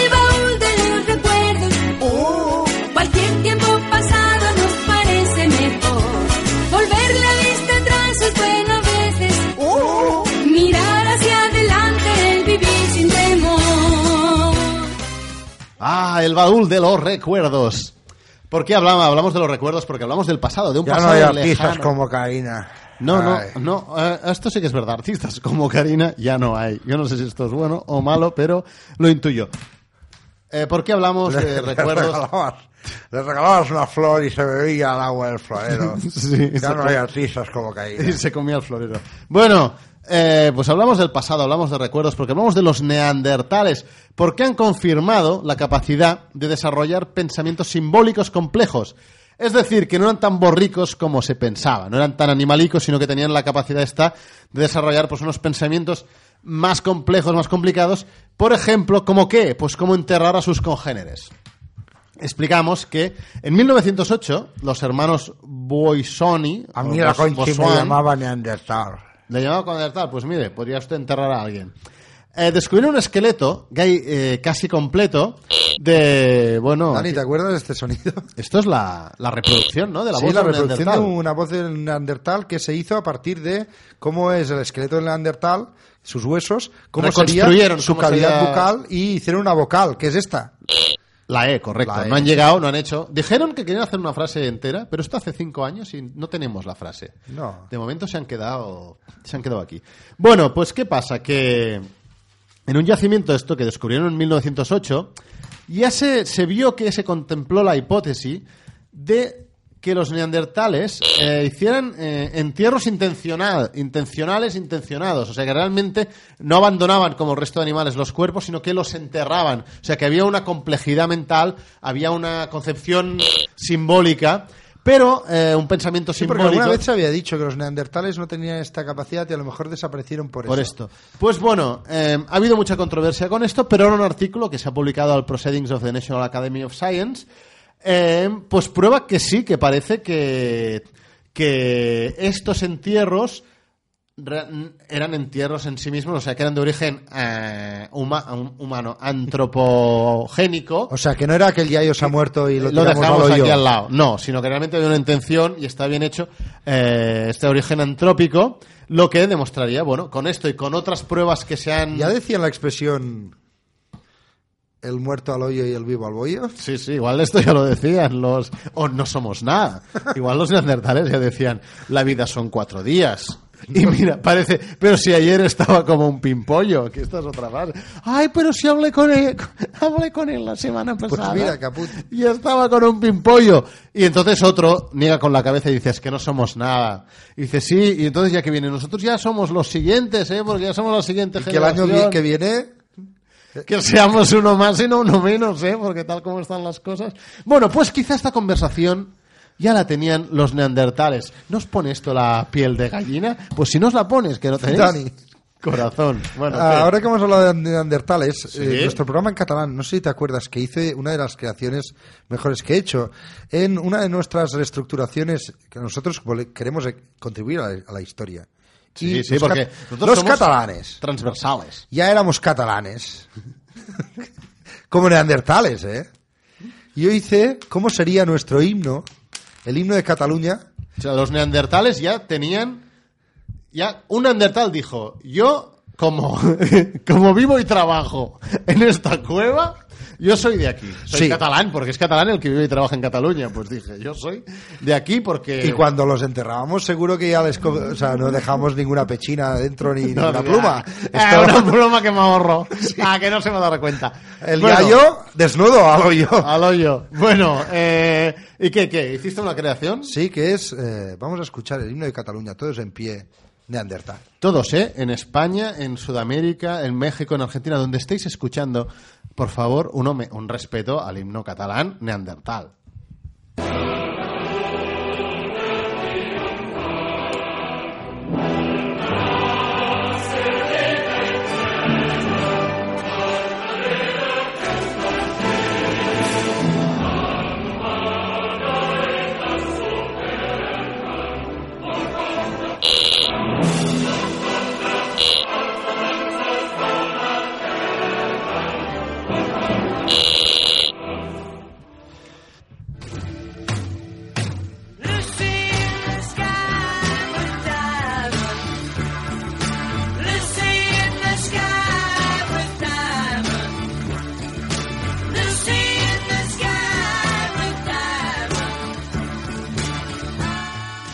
[SPEAKER 8] en el baúl de los recuerdos, oh, cualquier tiempo pasado nos parece mejor. Volver la vista atrás es bueno a veces, oh, mirar hacia adelante el vivir sin temor.
[SPEAKER 2] Ah, el baúl de los recuerdos. ¿Por qué hablamos, hablamos de los recuerdos? Porque hablamos del pasado, de un
[SPEAKER 1] Ya no
[SPEAKER 2] pasado
[SPEAKER 1] hay artistas
[SPEAKER 2] lejano.
[SPEAKER 1] como Karina.
[SPEAKER 2] No, no,
[SPEAKER 1] Ay.
[SPEAKER 2] no, eh, esto sí que es verdad. Artistas como Karina ya no hay. Yo no sé si esto es bueno o malo, pero lo intuyo. Eh, ¿Por qué hablamos de
[SPEAKER 1] Le
[SPEAKER 2] recuerdos?
[SPEAKER 1] regalabas, le regalabas una flor y se bebía el agua del florero.
[SPEAKER 2] Sí,
[SPEAKER 1] ya no
[SPEAKER 2] exacto.
[SPEAKER 1] hay artistas como
[SPEAKER 2] Y
[SPEAKER 1] Karina.
[SPEAKER 2] se comía el florero. Bueno, eh, pues hablamos del pasado, hablamos de recuerdos, porque hablamos de los neandertales, porque han confirmado la capacidad de desarrollar pensamientos simbólicos complejos. Es decir, que no eran tan borricos como se pensaba, no eran tan animalicos, sino que tenían la capacidad esta de desarrollar pues, unos pensamientos más complejos, más complicados. Por ejemplo, ¿como qué? Pues como enterrar a sus congéneres explicamos que en 1908 los hermanos Boisoni
[SPEAKER 1] A
[SPEAKER 2] o
[SPEAKER 1] mí la
[SPEAKER 2] Bos-
[SPEAKER 1] conchi me
[SPEAKER 2] Boisson,
[SPEAKER 1] llamaba Neandertal.
[SPEAKER 2] le llamaba con alertar, pues mire, podría usted enterrar a alguien. Eh, descubrieron un esqueleto gay, eh, casi completo de bueno
[SPEAKER 1] Dani, ¿te acuerdas de este sonido?
[SPEAKER 2] esto es la, la reproducción no de la
[SPEAKER 1] sí,
[SPEAKER 2] voz
[SPEAKER 1] la
[SPEAKER 2] de un
[SPEAKER 1] reproducción de
[SPEAKER 2] neandertal.
[SPEAKER 1] una voz del Neandertal que se hizo a partir de cómo es el esqueleto del Neandertal, sus huesos, cómo sería
[SPEAKER 2] Reconstruyeron
[SPEAKER 1] su
[SPEAKER 2] cómo
[SPEAKER 1] cavidad
[SPEAKER 2] sería-
[SPEAKER 1] bucal y hicieron una vocal, que es esta.
[SPEAKER 2] la E correcto
[SPEAKER 1] La E,
[SPEAKER 2] no han
[SPEAKER 1] sí.
[SPEAKER 2] llegado no han hecho dijeron que querían hacer una frase entera pero esto hace cinco años y no tenemos la frase
[SPEAKER 1] No.
[SPEAKER 2] De momento se han quedado, se han quedado aquí. Bueno, pues ¿qué pasa? Que en un yacimiento esto que descubrieron en 1908, ya se, se vio que se contempló la hipótesis de que los neandertales eh, hicieran eh, entierros intencional, intencionales, intencionados. O sea, que realmente no abandonaban como el resto de animales los cuerpos, sino que los enterraban. O sea, que había una complejidad mental, había una concepción simbólica Pero eh, un pensamiento
[SPEAKER 1] Sí, porque
[SPEAKER 2] simbólico.
[SPEAKER 1] alguna vez se había dicho que los neandertales no tenían esta capacidad y a lo mejor desaparecieron por,
[SPEAKER 2] por
[SPEAKER 1] eso.
[SPEAKER 2] esto. Pues bueno, eh, ha habido mucha controversia con esto, pero ahora un artículo que se ha publicado al Proceedings of the National Academy of Science, eh, pues prueba que sí, que parece que, que estos entierros ra- eran entierros en sí mismos, o sea, que eran de origen eh, huma- hum- humano, antropogénico.
[SPEAKER 1] O sea, que no era aquel ya os ha muerto y lo,
[SPEAKER 2] lo
[SPEAKER 1] tiramos
[SPEAKER 2] dejamos
[SPEAKER 1] al
[SPEAKER 2] aquí
[SPEAKER 1] hoyo.
[SPEAKER 2] al lado. No, sino que realmente había una intención y está bien hecho eh, este origen antrópico, lo que demostraría, bueno, con esto y con otras pruebas que se han...
[SPEAKER 1] Ya decían la expresión el muerto al hoyo y el vivo al bollo.
[SPEAKER 2] Sí, sí, igual esto ya lo decían los... O no somos nada. Igual los neandertales ya decían, la vida son cuatro días. Y mira, parece, pero si ayer estaba como un pimpollo, que esta es otra frase. Ay, pero si hablé con él, hablé con él la semana pasada.
[SPEAKER 1] Pues mira, caput.
[SPEAKER 2] Y estaba con un pimpollo. Y entonces otro niega con la cabeza y dice, es que no somos nada. Y dice, sí, y entonces ya que viene, nosotros ya somos los siguientes, ¿eh? Porque ya somos la siguiente
[SPEAKER 1] Y que el año vi-
[SPEAKER 2] generación".
[SPEAKER 1] que viene
[SPEAKER 2] Que seamos uno más y no uno menos, ¿eh? Porque tal como están las cosas. Bueno, pues quizá esta conversación ya la tenían los neandertales. ¿No os pone esto la piel de gallina? Pues si no os la pones, que no tenéis
[SPEAKER 1] Dani.
[SPEAKER 2] corazón. Bueno,
[SPEAKER 1] Ah,
[SPEAKER 2] ¿qué?
[SPEAKER 1] Ahora que hemos hablado de neandertales, eh,
[SPEAKER 2] Sí.
[SPEAKER 1] nuestro programa en catalán, no sé si te acuerdas que hice una de las creaciones mejores que he hecho. En una de nuestras reestructuraciones, que nosotros vole- queremos eh, contribuir a la, a la historia.
[SPEAKER 2] Sí,
[SPEAKER 1] Y
[SPEAKER 2] sí,
[SPEAKER 1] los
[SPEAKER 2] porque
[SPEAKER 1] cat-
[SPEAKER 2] nosotros
[SPEAKER 1] los
[SPEAKER 2] somos
[SPEAKER 1] catalanes,
[SPEAKER 2] Transversales.
[SPEAKER 1] ya éramos catalanes. Como neandertales, ¿eh? Yo hice cómo sería nuestro himno, el himno de Cataluña,
[SPEAKER 2] O sea, los neandertales ya tenían... Ya, un neandertal dijo, yo como, como vivo y trabajo en esta cueva, yo soy de aquí. Soy
[SPEAKER 1] Sí.
[SPEAKER 2] catalán, porque es catalán el que vive y trabaja en Cataluña. Pues dije, yo soy de aquí porque...
[SPEAKER 1] Y cuando los enterrábamos, seguro que ya les. co- O sea, no dejamos ninguna pechina dentro ni ninguna
[SPEAKER 2] No, mira,
[SPEAKER 1] pluma.
[SPEAKER 2] Ah,
[SPEAKER 1] Esto-
[SPEAKER 2] una pluma que me ahorro. Ah, que no se me va a dar cuenta.
[SPEAKER 1] el
[SPEAKER 2] Bueno,
[SPEAKER 1] gallo desnudo al hoyo.
[SPEAKER 2] Al hoyo. Bueno, eh, ¿y qué, qué? ¿Hiciste una creación?
[SPEAKER 1] Sí, que es. eh, vamos a escuchar el himno de Cataluña, todos en pie, Neandertal.
[SPEAKER 2] Todos, ¿eh? En España, en Sudamérica, en México, en Argentina, donde estéis escuchando, por favor, un, home- un respeto al himno catalán neandertal.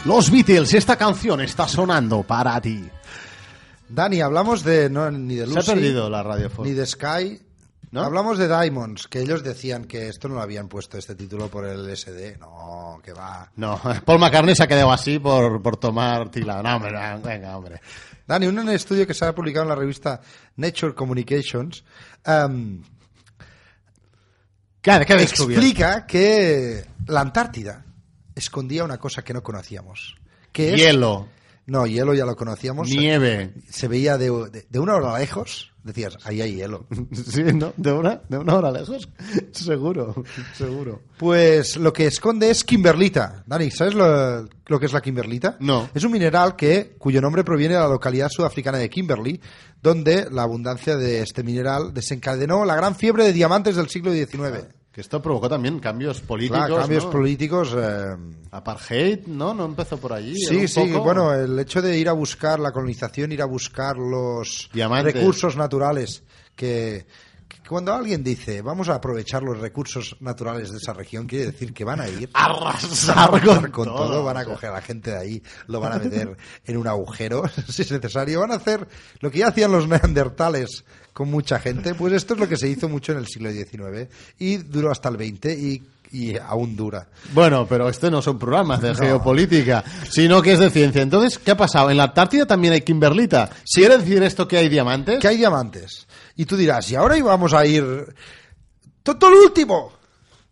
[SPEAKER 2] Los Beatles, esta canción está sonando para ti.
[SPEAKER 1] Dani, hablamos de. No, ni de
[SPEAKER 2] Se ha
[SPEAKER 1] Lucy,
[SPEAKER 2] perdido la radiofonía.
[SPEAKER 1] ni de Sky.
[SPEAKER 2] ¿No?
[SPEAKER 1] Hablamos de Diamonds, que ellos decían que esto no lo habían puesto este título por el SD. No, que va.
[SPEAKER 2] No, Paul McCartney se ha quedado así por, por tomar tila. No, hombre, no, venga, hombre.
[SPEAKER 1] Dani, un estudio que se ha publicado en la revista Nature Communications. em,
[SPEAKER 2] ¿Qué, qué ha descubierto?
[SPEAKER 1] explica que la Antártida escondía una cosa que no conocíamos. Que es-
[SPEAKER 2] Hielo,
[SPEAKER 1] No, hielo ya lo conocíamos.
[SPEAKER 2] nieve.
[SPEAKER 1] Se veía de, de- de una hora lejos, decías, ahí hay hielo.
[SPEAKER 2] Sí, ¿no? De una, de una hora lejos. Seguro, seguro.
[SPEAKER 1] Pues lo que esconde es kimberlita. Dani, ¿sabes lo, lo que es la kimberlita?
[SPEAKER 2] No.
[SPEAKER 1] Es un mineral que, cuyo nombre proviene de la localidad sudafricana de Kimberley, donde la abundancia de este mineral desencadenó la gran fiebre de diamantes del siglo XIX.
[SPEAKER 2] Que esto provocó también cambios políticos.
[SPEAKER 1] Claro, cambios
[SPEAKER 2] ¿no?
[SPEAKER 1] políticos. eh,
[SPEAKER 2] Apartheid, ¿no? ¿No empezó por allí?
[SPEAKER 1] Sí,
[SPEAKER 2] un
[SPEAKER 1] sí,
[SPEAKER 2] poco?
[SPEAKER 1] bueno, eh, el hecho de ir a buscar la colonización, ir a buscar los
[SPEAKER 2] Diamantes.
[SPEAKER 1] recursos naturales que, que cuando alguien dice vamos a aprovechar los recursos naturales de esa región, quiere decir que van a ir
[SPEAKER 2] Arrasar
[SPEAKER 1] van a
[SPEAKER 2] con,
[SPEAKER 1] con
[SPEAKER 2] todo.
[SPEAKER 1] todo, van a coger a la gente de ahí, lo van a meter en un agujero, si es necesario, van a hacer lo que ya hacían los neandertales con mucha gente, pues esto es lo que se hizo mucho en el siglo XIX y duró hasta el XX y, y aún dura.
[SPEAKER 2] Bueno, pero este no son programas de geopolítica, sino que es de ciencia. Entonces, ¿qué ha pasado? ¿En la Antártida también hay Kimberlita? ¿Quiere decir esto que hay diamantes?
[SPEAKER 1] que hay diamantes. Y tú dirás, y ahora íbamos a ir... ¡Todo lo último!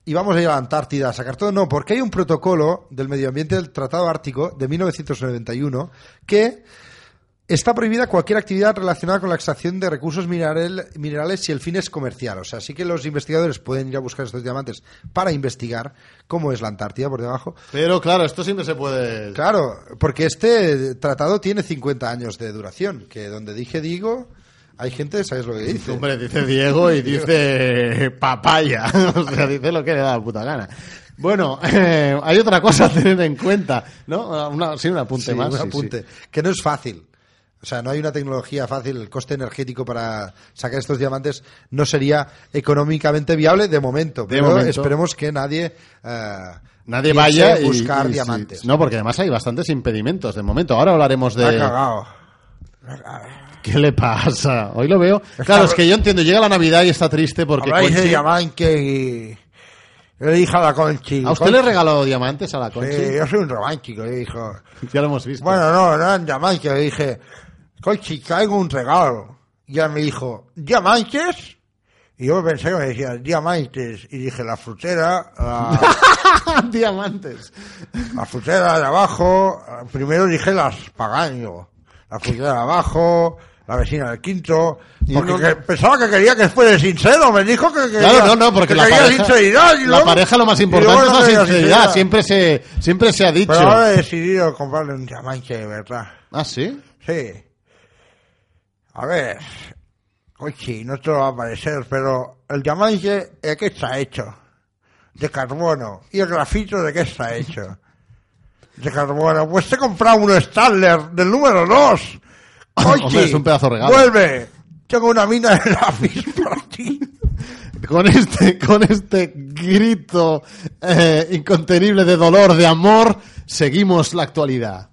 [SPEAKER 1] y vamos a ir a la Antártida a sacar todo. No, porque hay un protocolo del medio ambiente del Tratado Ártico de 1991 que Está prohibida cualquier actividad relacionada con la extracción de recursos mineral- minerales si el fin es comercial. O sea, sí que los investigadores pueden ir a buscar estos diamantes para investigar cómo es la Antártida por debajo.
[SPEAKER 2] Pero claro, esto siempre se puede.
[SPEAKER 1] Claro, porque este tratado tiene 50 años de duración, que donde dije digo, hay gente, ¿sabes lo que dice?
[SPEAKER 2] Hombre, dice Diego y dice papaya. O sea, dice lo que le da la puta gana. Bueno, eh, hay otra cosa a tener en cuenta, ¿no? Una- sí, un apunte
[SPEAKER 1] Sí,
[SPEAKER 2] más.
[SPEAKER 1] un
[SPEAKER 2] sí, sí.
[SPEAKER 1] apunte. Que no es fácil. O sea, no hay una tecnología fácil. El coste energético para sacar estos diamantes no sería económicamente viable de momento. pero
[SPEAKER 2] momento.
[SPEAKER 1] esperemos que nadie. eh, piense
[SPEAKER 2] Nadie vaya y-
[SPEAKER 1] buscar
[SPEAKER 2] y sí.
[SPEAKER 1] diamantes.
[SPEAKER 2] No, porque además hay bastantes impedimentos de momento. Ahora hablaremos de.
[SPEAKER 1] Ha cagado.
[SPEAKER 2] ¿Qué le pasa? Hoy lo veo. Claro, es que yo entiendo, llega la Navidad y está triste porque.
[SPEAKER 1] Habláis de
[SPEAKER 2] Conchi-
[SPEAKER 1] diamante y. Yo le dije a la Conchi.
[SPEAKER 2] ¿A usted
[SPEAKER 1] Conchi,
[SPEAKER 2] le he regalado diamantes a la Conchi?
[SPEAKER 1] eh, yo soy un romántico, le dijo.
[SPEAKER 2] Ya lo hemos visto.
[SPEAKER 1] Bueno, no, no eran diamantes. Le dije, Conchi, traigo un regalo. Y ella me dijo, ¿diamantes? Y yo pensé que me decía, diamantes. Y dije, la frutera, la,
[SPEAKER 2] diamantes.
[SPEAKER 1] la frutera de abajo. Primero dije las pagando. La frutera de abajo, la vecina del quinto. Porque
[SPEAKER 2] no-
[SPEAKER 1] que- pensaba que quería que fuera sincero. Me dijo que quería,
[SPEAKER 2] Claro, no, no,
[SPEAKER 1] que
[SPEAKER 2] porque la
[SPEAKER 1] quería
[SPEAKER 2] pareja,
[SPEAKER 1] sinceridad. y
[SPEAKER 2] la
[SPEAKER 1] luego-
[SPEAKER 2] pareja lo más
[SPEAKER 1] y luego
[SPEAKER 2] importante es
[SPEAKER 1] no
[SPEAKER 2] la
[SPEAKER 1] quería
[SPEAKER 2] sinceridad. Siempre se, siempre se ha dicho.
[SPEAKER 1] Pero ahora he decidido comprarle un diamante de verdad.
[SPEAKER 2] Ah, sí.
[SPEAKER 1] Sí. A ver. Oye, no te lo va a parecer, pero el diamante, ¿de qué está hecho? De carbono. ¿Y el grafito de qué está hecho? De carbono. Pues te he comprado un Stadler del número 2.
[SPEAKER 2] Hombre, es un pedazo de regalo.
[SPEAKER 1] Vuelve. Tengo una mina de lápiz para ti.
[SPEAKER 2] Con este, con este grito eh, incontenible de dolor, de amor, seguimos la actualidad.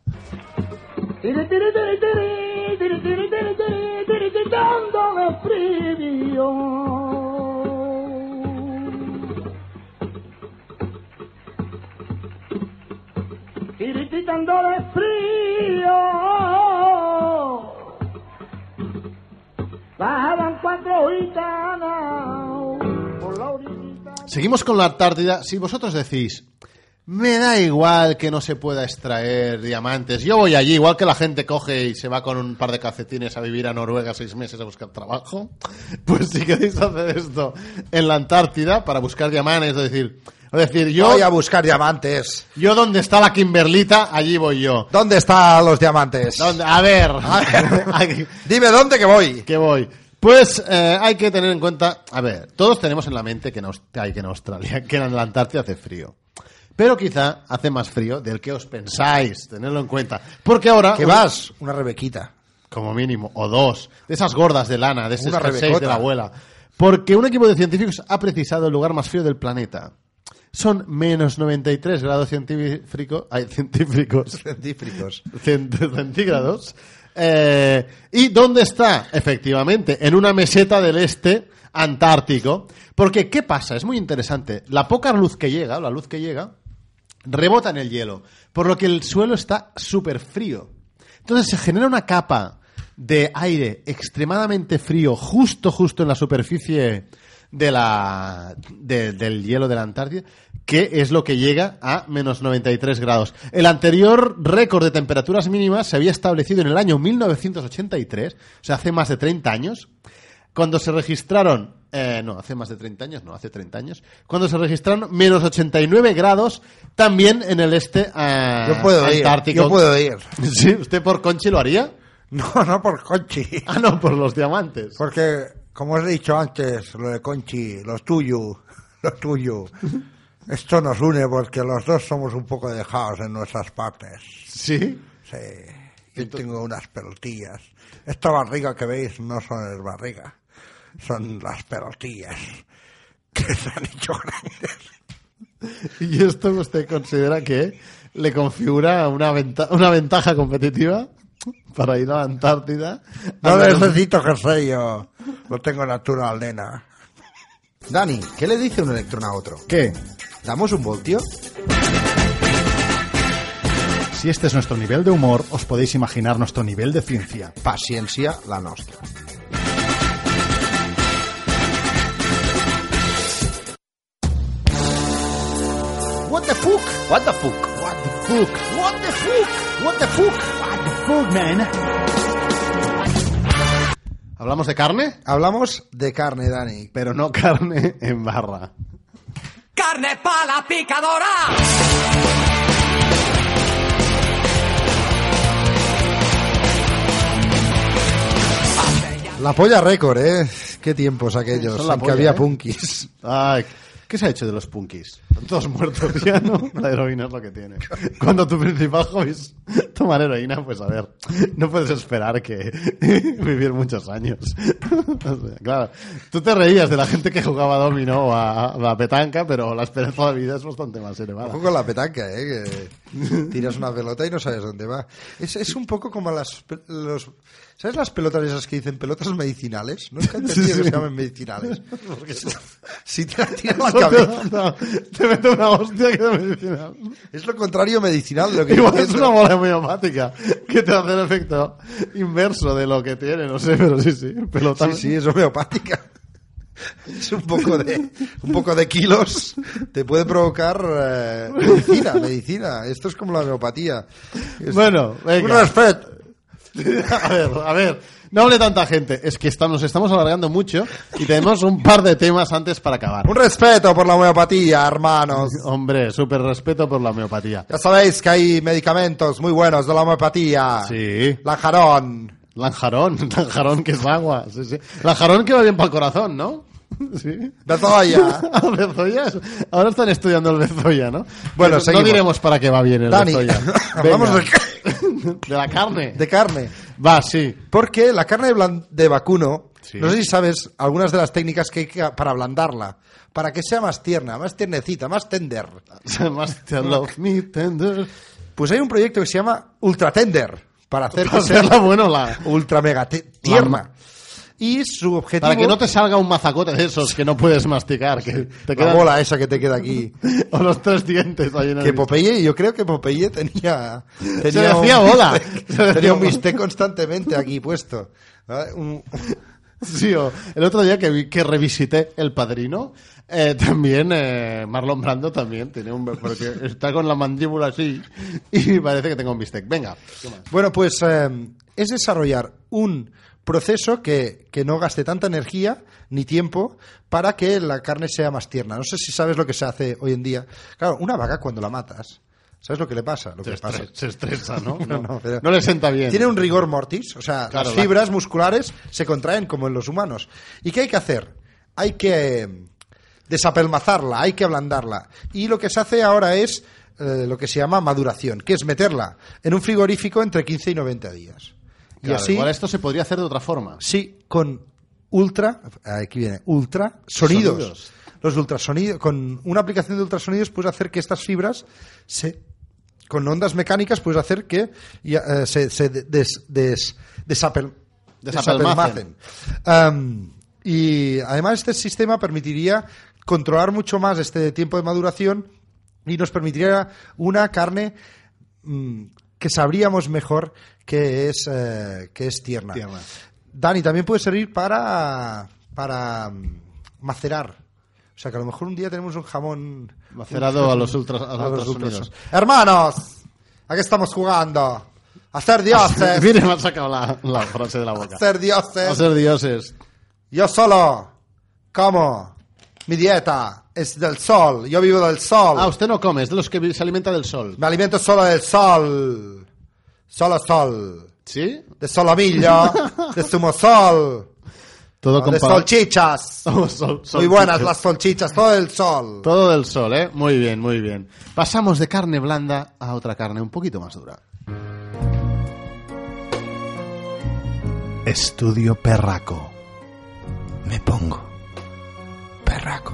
[SPEAKER 2] Seguimos con la Antártida. Si vosotros decís, me da igual que no se pueda extraer diamantes, yo voy allí, igual que la gente coge y se va con un par de calcetines a vivir a Noruega seis meses a buscar trabajo, pues si queréis hacer esto en la Antártida para buscar diamantes, es decir, es decir, yo,
[SPEAKER 1] Voy a buscar diamantes.
[SPEAKER 2] yo donde está la Kimberlita, allí voy yo.
[SPEAKER 1] ¿Dónde están los diamantes?
[SPEAKER 2] Donde- a ver, aquí-
[SPEAKER 1] Dime dónde que voy.
[SPEAKER 2] que voy. Pues eh, hay que tener en cuenta, a ver, todos tenemos en la mente que en, Aus- ay, que en Australia, que en la Antártida hace frío. Pero quizá hace más frío del que os pensáis, tenedlo en cuenta. Porque ahora,
[SPEAKER 1] ¿Qué vas? Una rebequita.
[SPEAKER 2] como mínimo, o dos, de esas gordas de lana, de esas
[SPEAKER 1] Una
[SPEAKER 2] jerseys
[SPEAKER 1] rebecota.
[SPEAKER 2] de la abuela. Porque un equipo de científicos ha precisado el lugar más frío del planeta. Son menos 93 grados científico- ay, científicos
[SPEAKER 1] Científicos.
[SPEAKER 2] cent- centígrados. Eh, ¿Y dónde está? Efectivamente, en una meseta del este antártico. Porque, ¿qué pasa? Es muy interesante. La poca luz que llega, la luz que llega, rebota en el hielo, por lo que el suelo está súper frío. Entonces se genera una capa de aire extremadamente frío justo, justo en la superficie de la, de- del hielo de la Antártida, que es lo que llega a menos 93 grados. El anterior récord de temperaturas mínimas se había establecido en el año 1983, o sea, hace más de 30 años, cuando se registraron, eh, no, hace más de 30 años, no, hace 30 años, cuando se registraron menos 89 grados también en el este ah,
[SPEAKER 1] Yo puedo ir.
[SPEAKER 2] antártico.
[SPEAKER 1] Yo puedo ir.
[SPEAKER 2] Sí, ¿usted por Conchi lo haría?
[SPEAKER 1] No, no por Conchi.
[SPEAKER 2] Ah, no, por los diamantes.
[SPEAKER 1] Porque, como os he dicho antes, lo de Conchi, lo tuyo, lo tuyo. Esto nos une porque los dos somos un poco dejados en nuestras partes.
[SPEAKER 2] Sí.
[SPEAKER 1] Sí. Yo tengo unas pelotillas. Esta barriga que veis no son el barriga, son las pelotillas que se han hecho grandes.
[SPEAKER 2] ¿Y esto usted considera que le configura una, venta- una ventaja competitiva para ir a la Antártida?
[SPEAKER 1] No necesito jersey, yo lo tengo natural, nena.
[SPEAKER 9] Dani, ¿qué le dice un electrón a otro?
[SPEAKER 2] ¿Qué?
[SPEAKER 9] ¿Damos un voltio?
[SPEAKER 7] Si este es nuestro nivel de humor, os podéis imaginar nuestro nivel de ciencia.
[SPEAKER 9] Paciencia la nostra. the fuck?
[SPEAKER 10] What the fuck?
[SPEAKER 9] What the fuck? What the fuck? What the fuck?
[SPEAKER 2] ¿Hablamos de carne?
[SPEAKER 1] Hablamos de carne, Dani.
[SPEAKER 2] Pero no carne en barra.
[SPEAKER 5] Carne pala picadora.
[SPEAKER 1] La polla récord, ¿eh? Qué tiempos aquellos
[SPEAKER 2] Son la
[SPEAKER 1] en que
[SPEAKER 2] polla,
[SPEAKER 1] había
[SPEAKER 2] ¿eh?
[SPEAKER 1] punkis.
[SPEAKER 2] Ay, ¿qué se ha hecho de los punkis? Están todos muertos ya, ¿no? La heroína es lo que tiene. Cuando tu principal hobby es tomar heroína, pues a ver, no puedes esperar que vivir muchos años. O sea, claro, tú te reías de la gente que jugaba a domino o a, a petanca, pero la esperanza de vida es bastante más elevada.
[SPEAKER 1] Ojo con la petanca, ¿eh? Que tiras una pelota y no sabes dónde va. Es, es un poco como las... pe- Los, ¿Sabes las pelotas esas que dicen pelotas medicinales? No es que entendido que se llamen medicinales. si te la tiras la cabeza...
[SPEAKER 2] No, te meto una hostia que no me dice nada.
[SPEAKER 1] Es lo contrario medicinal de lo que yo
[SPEAKER 2] Igual es
[SPEAKER 1] pienso.
[SPEAKER 2] una bola homeopática que te hace el efecto inverso de lo que tiene, no sé, pero sí, sí. Pelota.
[SPEAKER 1] Sí, sí, es homeopática. Es un poco de, un poco de kilos. Te puede provocar eh, medicina, medicina. Esto es como la homeopatía. Es-
[SPEAKER 2] Bueno, venga.
[SPEAKER 1] Un respeto.
[SPEAKER 2] a ver, a ver. No hable tanta gente. Es que estamos, nos estamos alargando mucho y tenemos un par de temas antes para acabar.
[SPEAKER 1] Un respeto por la homeopatía, hermanos.
[SPEAKER 2] Hombre, súper respeto por la homeopatía.
[SPEAKER 1] Ya sabéis que hay medicamentos muy buenos de la homeopatía.
[SPEAKER 2] Sí.
[SPEAKER 1] La jarón.
[SPEAKER 2] Lanjarón, lanjarón que es agua. Sí, sí. Lanjarón que va bien para el corazón, ¿no? Sí.
[SPEAKER 1] Bezoya.
[SPEAKER 2] El Bezoya es- Ahora están estudiando el Bezoya, ¿no?
[SPEAKER 1] Bueno,
[SPEAKER 2] no,
[SPEAKER 1] seguimos.
[SPEAKER 2] diremos para qué va bien el
[SPEAKER 1] Dani,
[SPEAKER 2] Bezoya.
[SPEAKER 1] hablamos de
[SPEAKER 2] de la carne.
[SPEAKER 1] De carne.
[SPEAKER 2] Va, sí.
[SPEAKER 1] Porque la carne de, blan- de vacuno,
[SPEAKER 2] Sí.
[SPEAKER 1] no sé si sabes algunas de las técnicas que hay que- para ablandarla, para que sea más tierna, más tiernecita, más tender.
[SPEAKER 2] Must you love me tender.
[SPEAKER 1] Pues hay un proyecto que se llama Ultra Tender, para hacer
[SPEAKER 2] Para
[SPEAKER 1] que sea
[SPEAKER 2] hacerla bueno la...
[SPEAKER 1] ultra mega te- tierna. Y su objetivo
[SPEAKER 2] Para que no te salga un mazacote de esos que no puedes masticar. Que te
[SPEAKER 1] la
[SPEAKER 2] quedan...
[SPEAKER 1] bola esa que te queda aquí.
[SPEAKER 2] O los tres dientes ahí en el...
[SPEAKER 1] Que Popeye, yo creo que Popeye tenía. tenía
[SPEAKER 2] decía bola.
[SPEAKER 1] bistec-
[SPEAKER 2] Se decía
[SPEAKER 1] tenía un
[SPEAKER 2] bola.
[SPEAKER 1] bistec constantemente aquí puesto. ¿Vale? Un-
[SPEAKER 2] Sí, o el otro día que vi que revisité El Padrino, eh, también eh, Marlon Brando también tiene un... Porque está con la mandíbula así y parece que tengo un bistec. Venga, ¿qué más?
[SPEAKER 1] Bueno, pues eh, es desarrollar un proceso que, que no gaste tanta energía ni tiempo para que la carne sea más tierna. No sé si sabes lo que se hace hoy en día. Claro, una vaca cuando la matas, ¿sabes lo que le pasa? Lo que
[SPEAKER 2] Se,
[SPEAKER 1] le pasa.
[SPEAKER 2] estre- se estresa, ¿no?
[SPEAKER 1] No, no, pero-
[SPEAKER 2] le sienta bien.
[SPEAKER 1] Tiene un rigor mortis, o sea,
[SPEAKER 2] Claro,
[SPEAKER 1] las
[SPEAKER 2] la-
[SPEAKER 1] fibras musculares se contraen como en los humanos. ¿Y qué hay que hacer? Hay que eh, desapelmazarla, hay que ablandarla. Y lo que se hace ahora es eh, lo que se llama maduración, que es meterla en un frigorífico entre 15 y 90 días.
[SPEAKER 2] Claro,
[SPEAKER 1] y así,
[SPEAKER 2] Igual esto se podría hacer de otra forma.
[SPEAKER 1] sí, con ultra, aquí viene, ultra sonidos.
[SPEAKER 2] Sonidos.
[SPEAKER 1] Los ultrasonidos, con una aplicación de ultrasonidos puedes hacer que estas fibras se con ondas mecánicas puedes hacer que ya, eh, se, se de- des- des- desapel- desapelmacen.
[SPEAKER 2] Desapelmacen.
[SPEAKER 1] Am, y además este sistema permitiría controlar mucho más este tiempo de maduración y nos permitiría una carne mm, que sabríamos mejor que es, eh, que es tierna.
[SPEAKER 2] Tierna.
[SPEAKER 1] Dani, también puede servir para, para mm, macerar. O sea, que a lo mejor un día tenemos un jamón...
[SPEAKER 2] Macerado a los ultras, a los
[SPEAKER 1] A los
[SPEAKER 2] ultrasonidos.
[SPEAKER 1] ultrasonidos. Hermanos, ¿a qué estamos jugando? A ser dioses.
[SPEAKER 2] Mire, me han sacado la, la frase de la boca.
[SPEAKER 1] A ser dioses.
[SPEAKER 2] A ser dioses.
[SPEAKER 1] Yo solo como. Mi dieta es del sol. Yo vivo del sol.
[SPEAKER 2] Ah, usted no come, es de los que vi- se alimenta del sol.
[SPEAKER 1] Me alimento solo del sol. Solo sol.
[SPEAKER 2] ¿Sí?
[SPEAKER 1] De solomillo. de zumosol. Ah,
[SPEAKER 2] Todo
[SPEAKER 1] De
[SPEAKER 2] comparado.
[SPEAKER 1] solchichas.
[SPEAKER 2] Sol- sol-
[SPEAKER 1] Muy buenas
[SPEAKER 2] solchichas.
[SPEAKER 1] las solchichas. Todo el sol.
[SPEAKER 2] Todo del sol, ¿eh? Muy bien, muy bien. Pasamos de carne blanda a otra carne un poquito más dura. Estudio Perraco.
[SPEAKER 9] Me pongo. Perraco.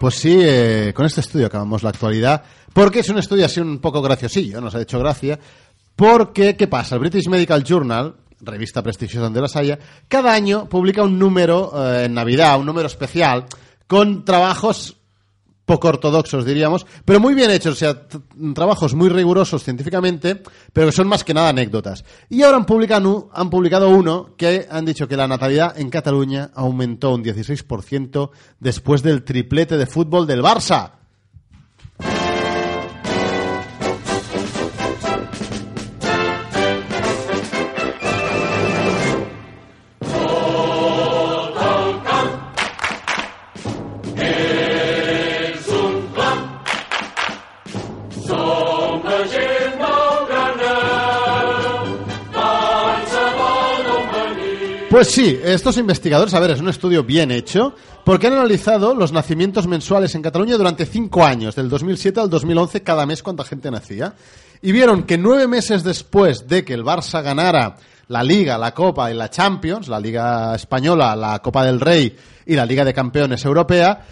[SPEAKER 2] Pues sí, eh, con este estudio acabamos la actualidad, porque es un estudio así un poco graciosillo, nos ha hecho gracia, porque, ¿qué pasa? El British Medical Journal, revista prestigiosa donde las haya, cada año publica un número eh, en Navidad, un número especial, con trabajos poco ortodoxos, diríamos, pero muy bien hechos, o sea, t- trabajos muy rigurosos científicamente, pero que son más que nada anécdotas. Y ahora han publicado, han publicado uno que han dicho que la natalidad en Cataluña aumentó un 16% después del triplete de fútbol del Barça. Pues sí, estos investigadores, a ver, es un estudio bien hecho, porque han analizado los nacimientos mensuales en Cataluña durante cinco años, del 2007 al 2011, cada mes cuánta gente nacía, y vieron que nueve meses después de que el Barça ganara la Liga, la Copa y la Champions, la Liga Española, la Copa del Rey y la Liga de Campeones Europea,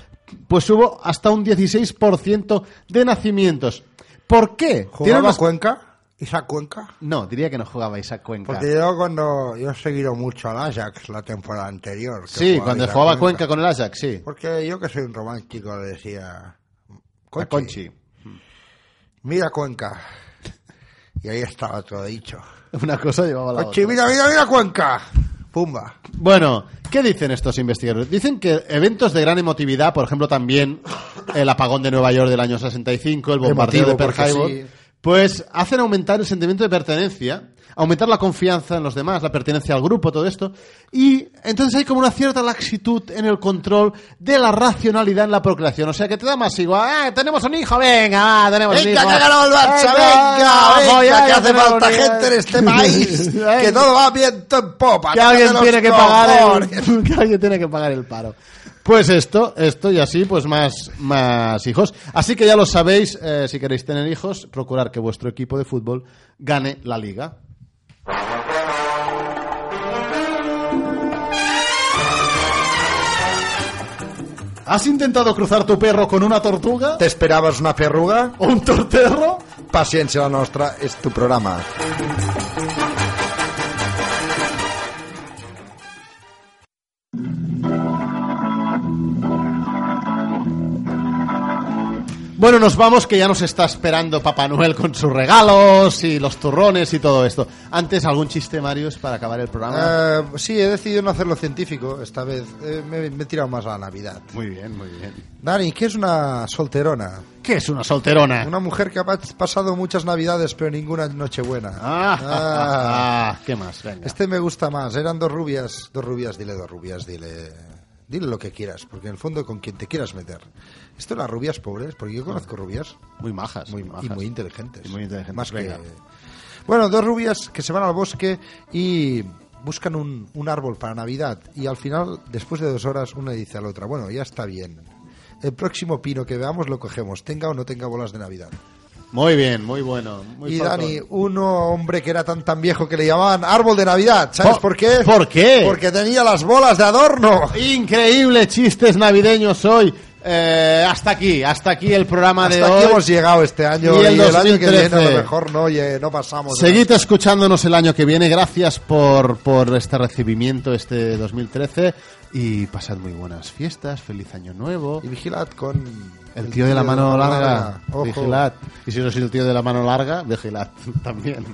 [SPEAKER 2] pues hubo hasta un 16% de nacimientos. ¿Por qué? Tiene
[SPEAKER 1] ¿Jugaba
[SPEAKER 2] unas-
[SPEAKER 1] Cuenca? ¿Isaac Cuenca?
[SPEAKER 2] No, diría que no jugaba Isaac Cuenca.
[SPEAKER 1] Porque yo cuando... Yo he seguido mucho al Ajax la temporada anterior. que
[SPEAKER 2] Sí, cuando
[SPEAKER 1] Isaac
[SPEAKER 2] jugaba Cuenca con el Ajax, sí.
[SPEAKER 1] Porque yo que soy un romántico le decía...
[SPEAKER 2] A
[SPEAKER 1] Conchi,
[SPEAKER 2] Conchi.
[SPEAKER 1] mira Cuenca. Y ahí estaba todo dicho.
[SPEAKER 2] Una cosa llevaba a la
[SPEAKER 1] Conchi,
[SPEAKER 2] otra.
[SPEAKER 1] mira, mira, mira Cuenca. Pumba.
[SPEAKER 2] Bueno, ¿qué dicen estos investigadores? Dicen que eventos de gran emotividad, por ejemplo, también el apagón de Nueva York del año 65, el bombardeo
[SPEAKER 1] Emotivo,
[SPEAKER 2] de Pearl
[SPEAKER 1] porque
[SPEAKER 2] Harbor,
[SPEAKER 1] sí.
[SPEAKER 2] pues hacen aumentar el sentimiento de pertenencia, aumentar la confianza en los demás, la pertenencia al grupo, todo esto. Y entonces hay como una cierta laxitud en el control de la racionalidad en la procreación. O sea, que te da más igual. ¡Ah, tenemos un hijo! ¡Venga, va, tenemos un
[SPEAKER 1] Venga,
[SPEAKER 2] hijo!
[SPEAKER 1] que ha ganado el Barça, venga, venga,
[SPEAKER 2] ojo, ya,
[SPEAKER 1] que
[SPEAKER 2] ya
[SPEAKER 1] hace
[SPEAKER 2] tenemos
[SPEAKER 1] falta
[SPEAKER 2] un hijo.
[SPEAKER 1] gente en este país, que
[SPEAKER 2] Venga.
[SPEAKER 1] no va viento en popa.
[SPEAKER 2] que
[SPEAKER 1] no
[SPEAKER 2] alguien
[SPEAKER 1] los
[SPEAKER 2] tiene que pagar
[SPEAKER 1] cojones.
[SPEAKER 2] el, que alguien tiene que pagar el paro. Pues esto, esto y así, pues más, más hijos. Así que ya lo sabéis, eh, si queréis tener hijos, procurar que vuestro equipo de fútbol gane la liga.
[SPEAKER 7] ¿Has intentado cruzar tu perro con una tortuga?
[SPEAKER 1] ¿Te esperabas una ferruga?
[SPEAKER 7] ¿O un torterro?
[SPEAKER 1] Paciencia la nostra, es tu programa.
[SPEAKER 2] Bueno, nos vamos que ya nos está esperando Papá Noel con sus regalos y los turrones y todo esto. Antes, ¿algún chiste, Marius, para acabar el programa?
[SPEAKER 1] Eh, sí, he decidido no hacerlo científico esta vez. Eh, me, me he tirado más a la Navidad.
[SPEAKER 2] Muy bien, muy bien.
[SPEAKER 1] Dani, ¿qué es una solterona?
[SPEAKER 2] ¿Qué es una solterona?
[SPEAKER 1] Una mujer que ha pas- pasado muchas Navidades, pero ninguna Nochebuena.
[SPEAKER 2] Ah,
[SPEAKER 1] Ah.
[SPEAKER 2] ¿Qué más? Venga.
[SPEAKER 1] Este me gusta más. Eran dos rubias. Dos rubias, dile dos rubias, dile. Dile lo que quieras, porque en el fondo con quien te quieras meter. Esto las rubias pobres, porque yo conozco rubias
[SPEAKER 2] Muy majas.
[SPEAKER 1] muy,
[SPEAKER 2] majas.
[SPEAKER 1] y muy inteligentes.
[SPEAKER 2] Y muy inteligentes,
[SPEAKER 1] Más que-
[SPEAKER 2] venga.
[SPEAKER 1] Bueno, dos rubias que se van al bosque y buscan un, un árbol para Navidad. Y al final, después de dos horas, una dice a la otra, bueno, ya está bien. El próximo pino que veamos lo cogemos, tenga o no tenga bolas de Navidad.
[SPEAKER 2] Muy bien, muy bueno. Muy
[SPEAKER 1] y
[SPEAKER 2] faltón.
[SPEAKER 1] Dani, un hombre que era tan tan viejo que le llamaban árbol de Navidad. ¿Sabes
[SPEAKER 2] Po-
[SPEAKER 1] por qué?
[SPEAKER 2] ¿Por qué?
[SPEAKER 1] Porque tenía las bolas de adorno.
[SPEAKER 2] Increíble chistes navideños hoy. Eh, hasta aquí, hasta aquí el programa de
[SPEAKER 1] Hasta
[SPEAKER 2] hoy.
[SPEAKER 1] aquí hemos llegado este año
[SPEAKER 2] Y el
[SPEAKER 1] año que viene a
[SPEAKER 2] 2013.
[SPEAKER 1] lo mejor no, oye, no pasamos. de
[SPEAKER 2] Seguid escuchándonos el año que viene. Gracias por, por este recibimiento este 2013 y pasad muy buenas fiestas, feliz año nuevo.
[SPEAKER 1] Y vigilad con.
[SPEAKER 2] El tío de la mano larga,
[SPEAKER 1] Ojo.
[SPEAKER 2] vigilad. Y si no sois el tío de la mano larga, vigilad también.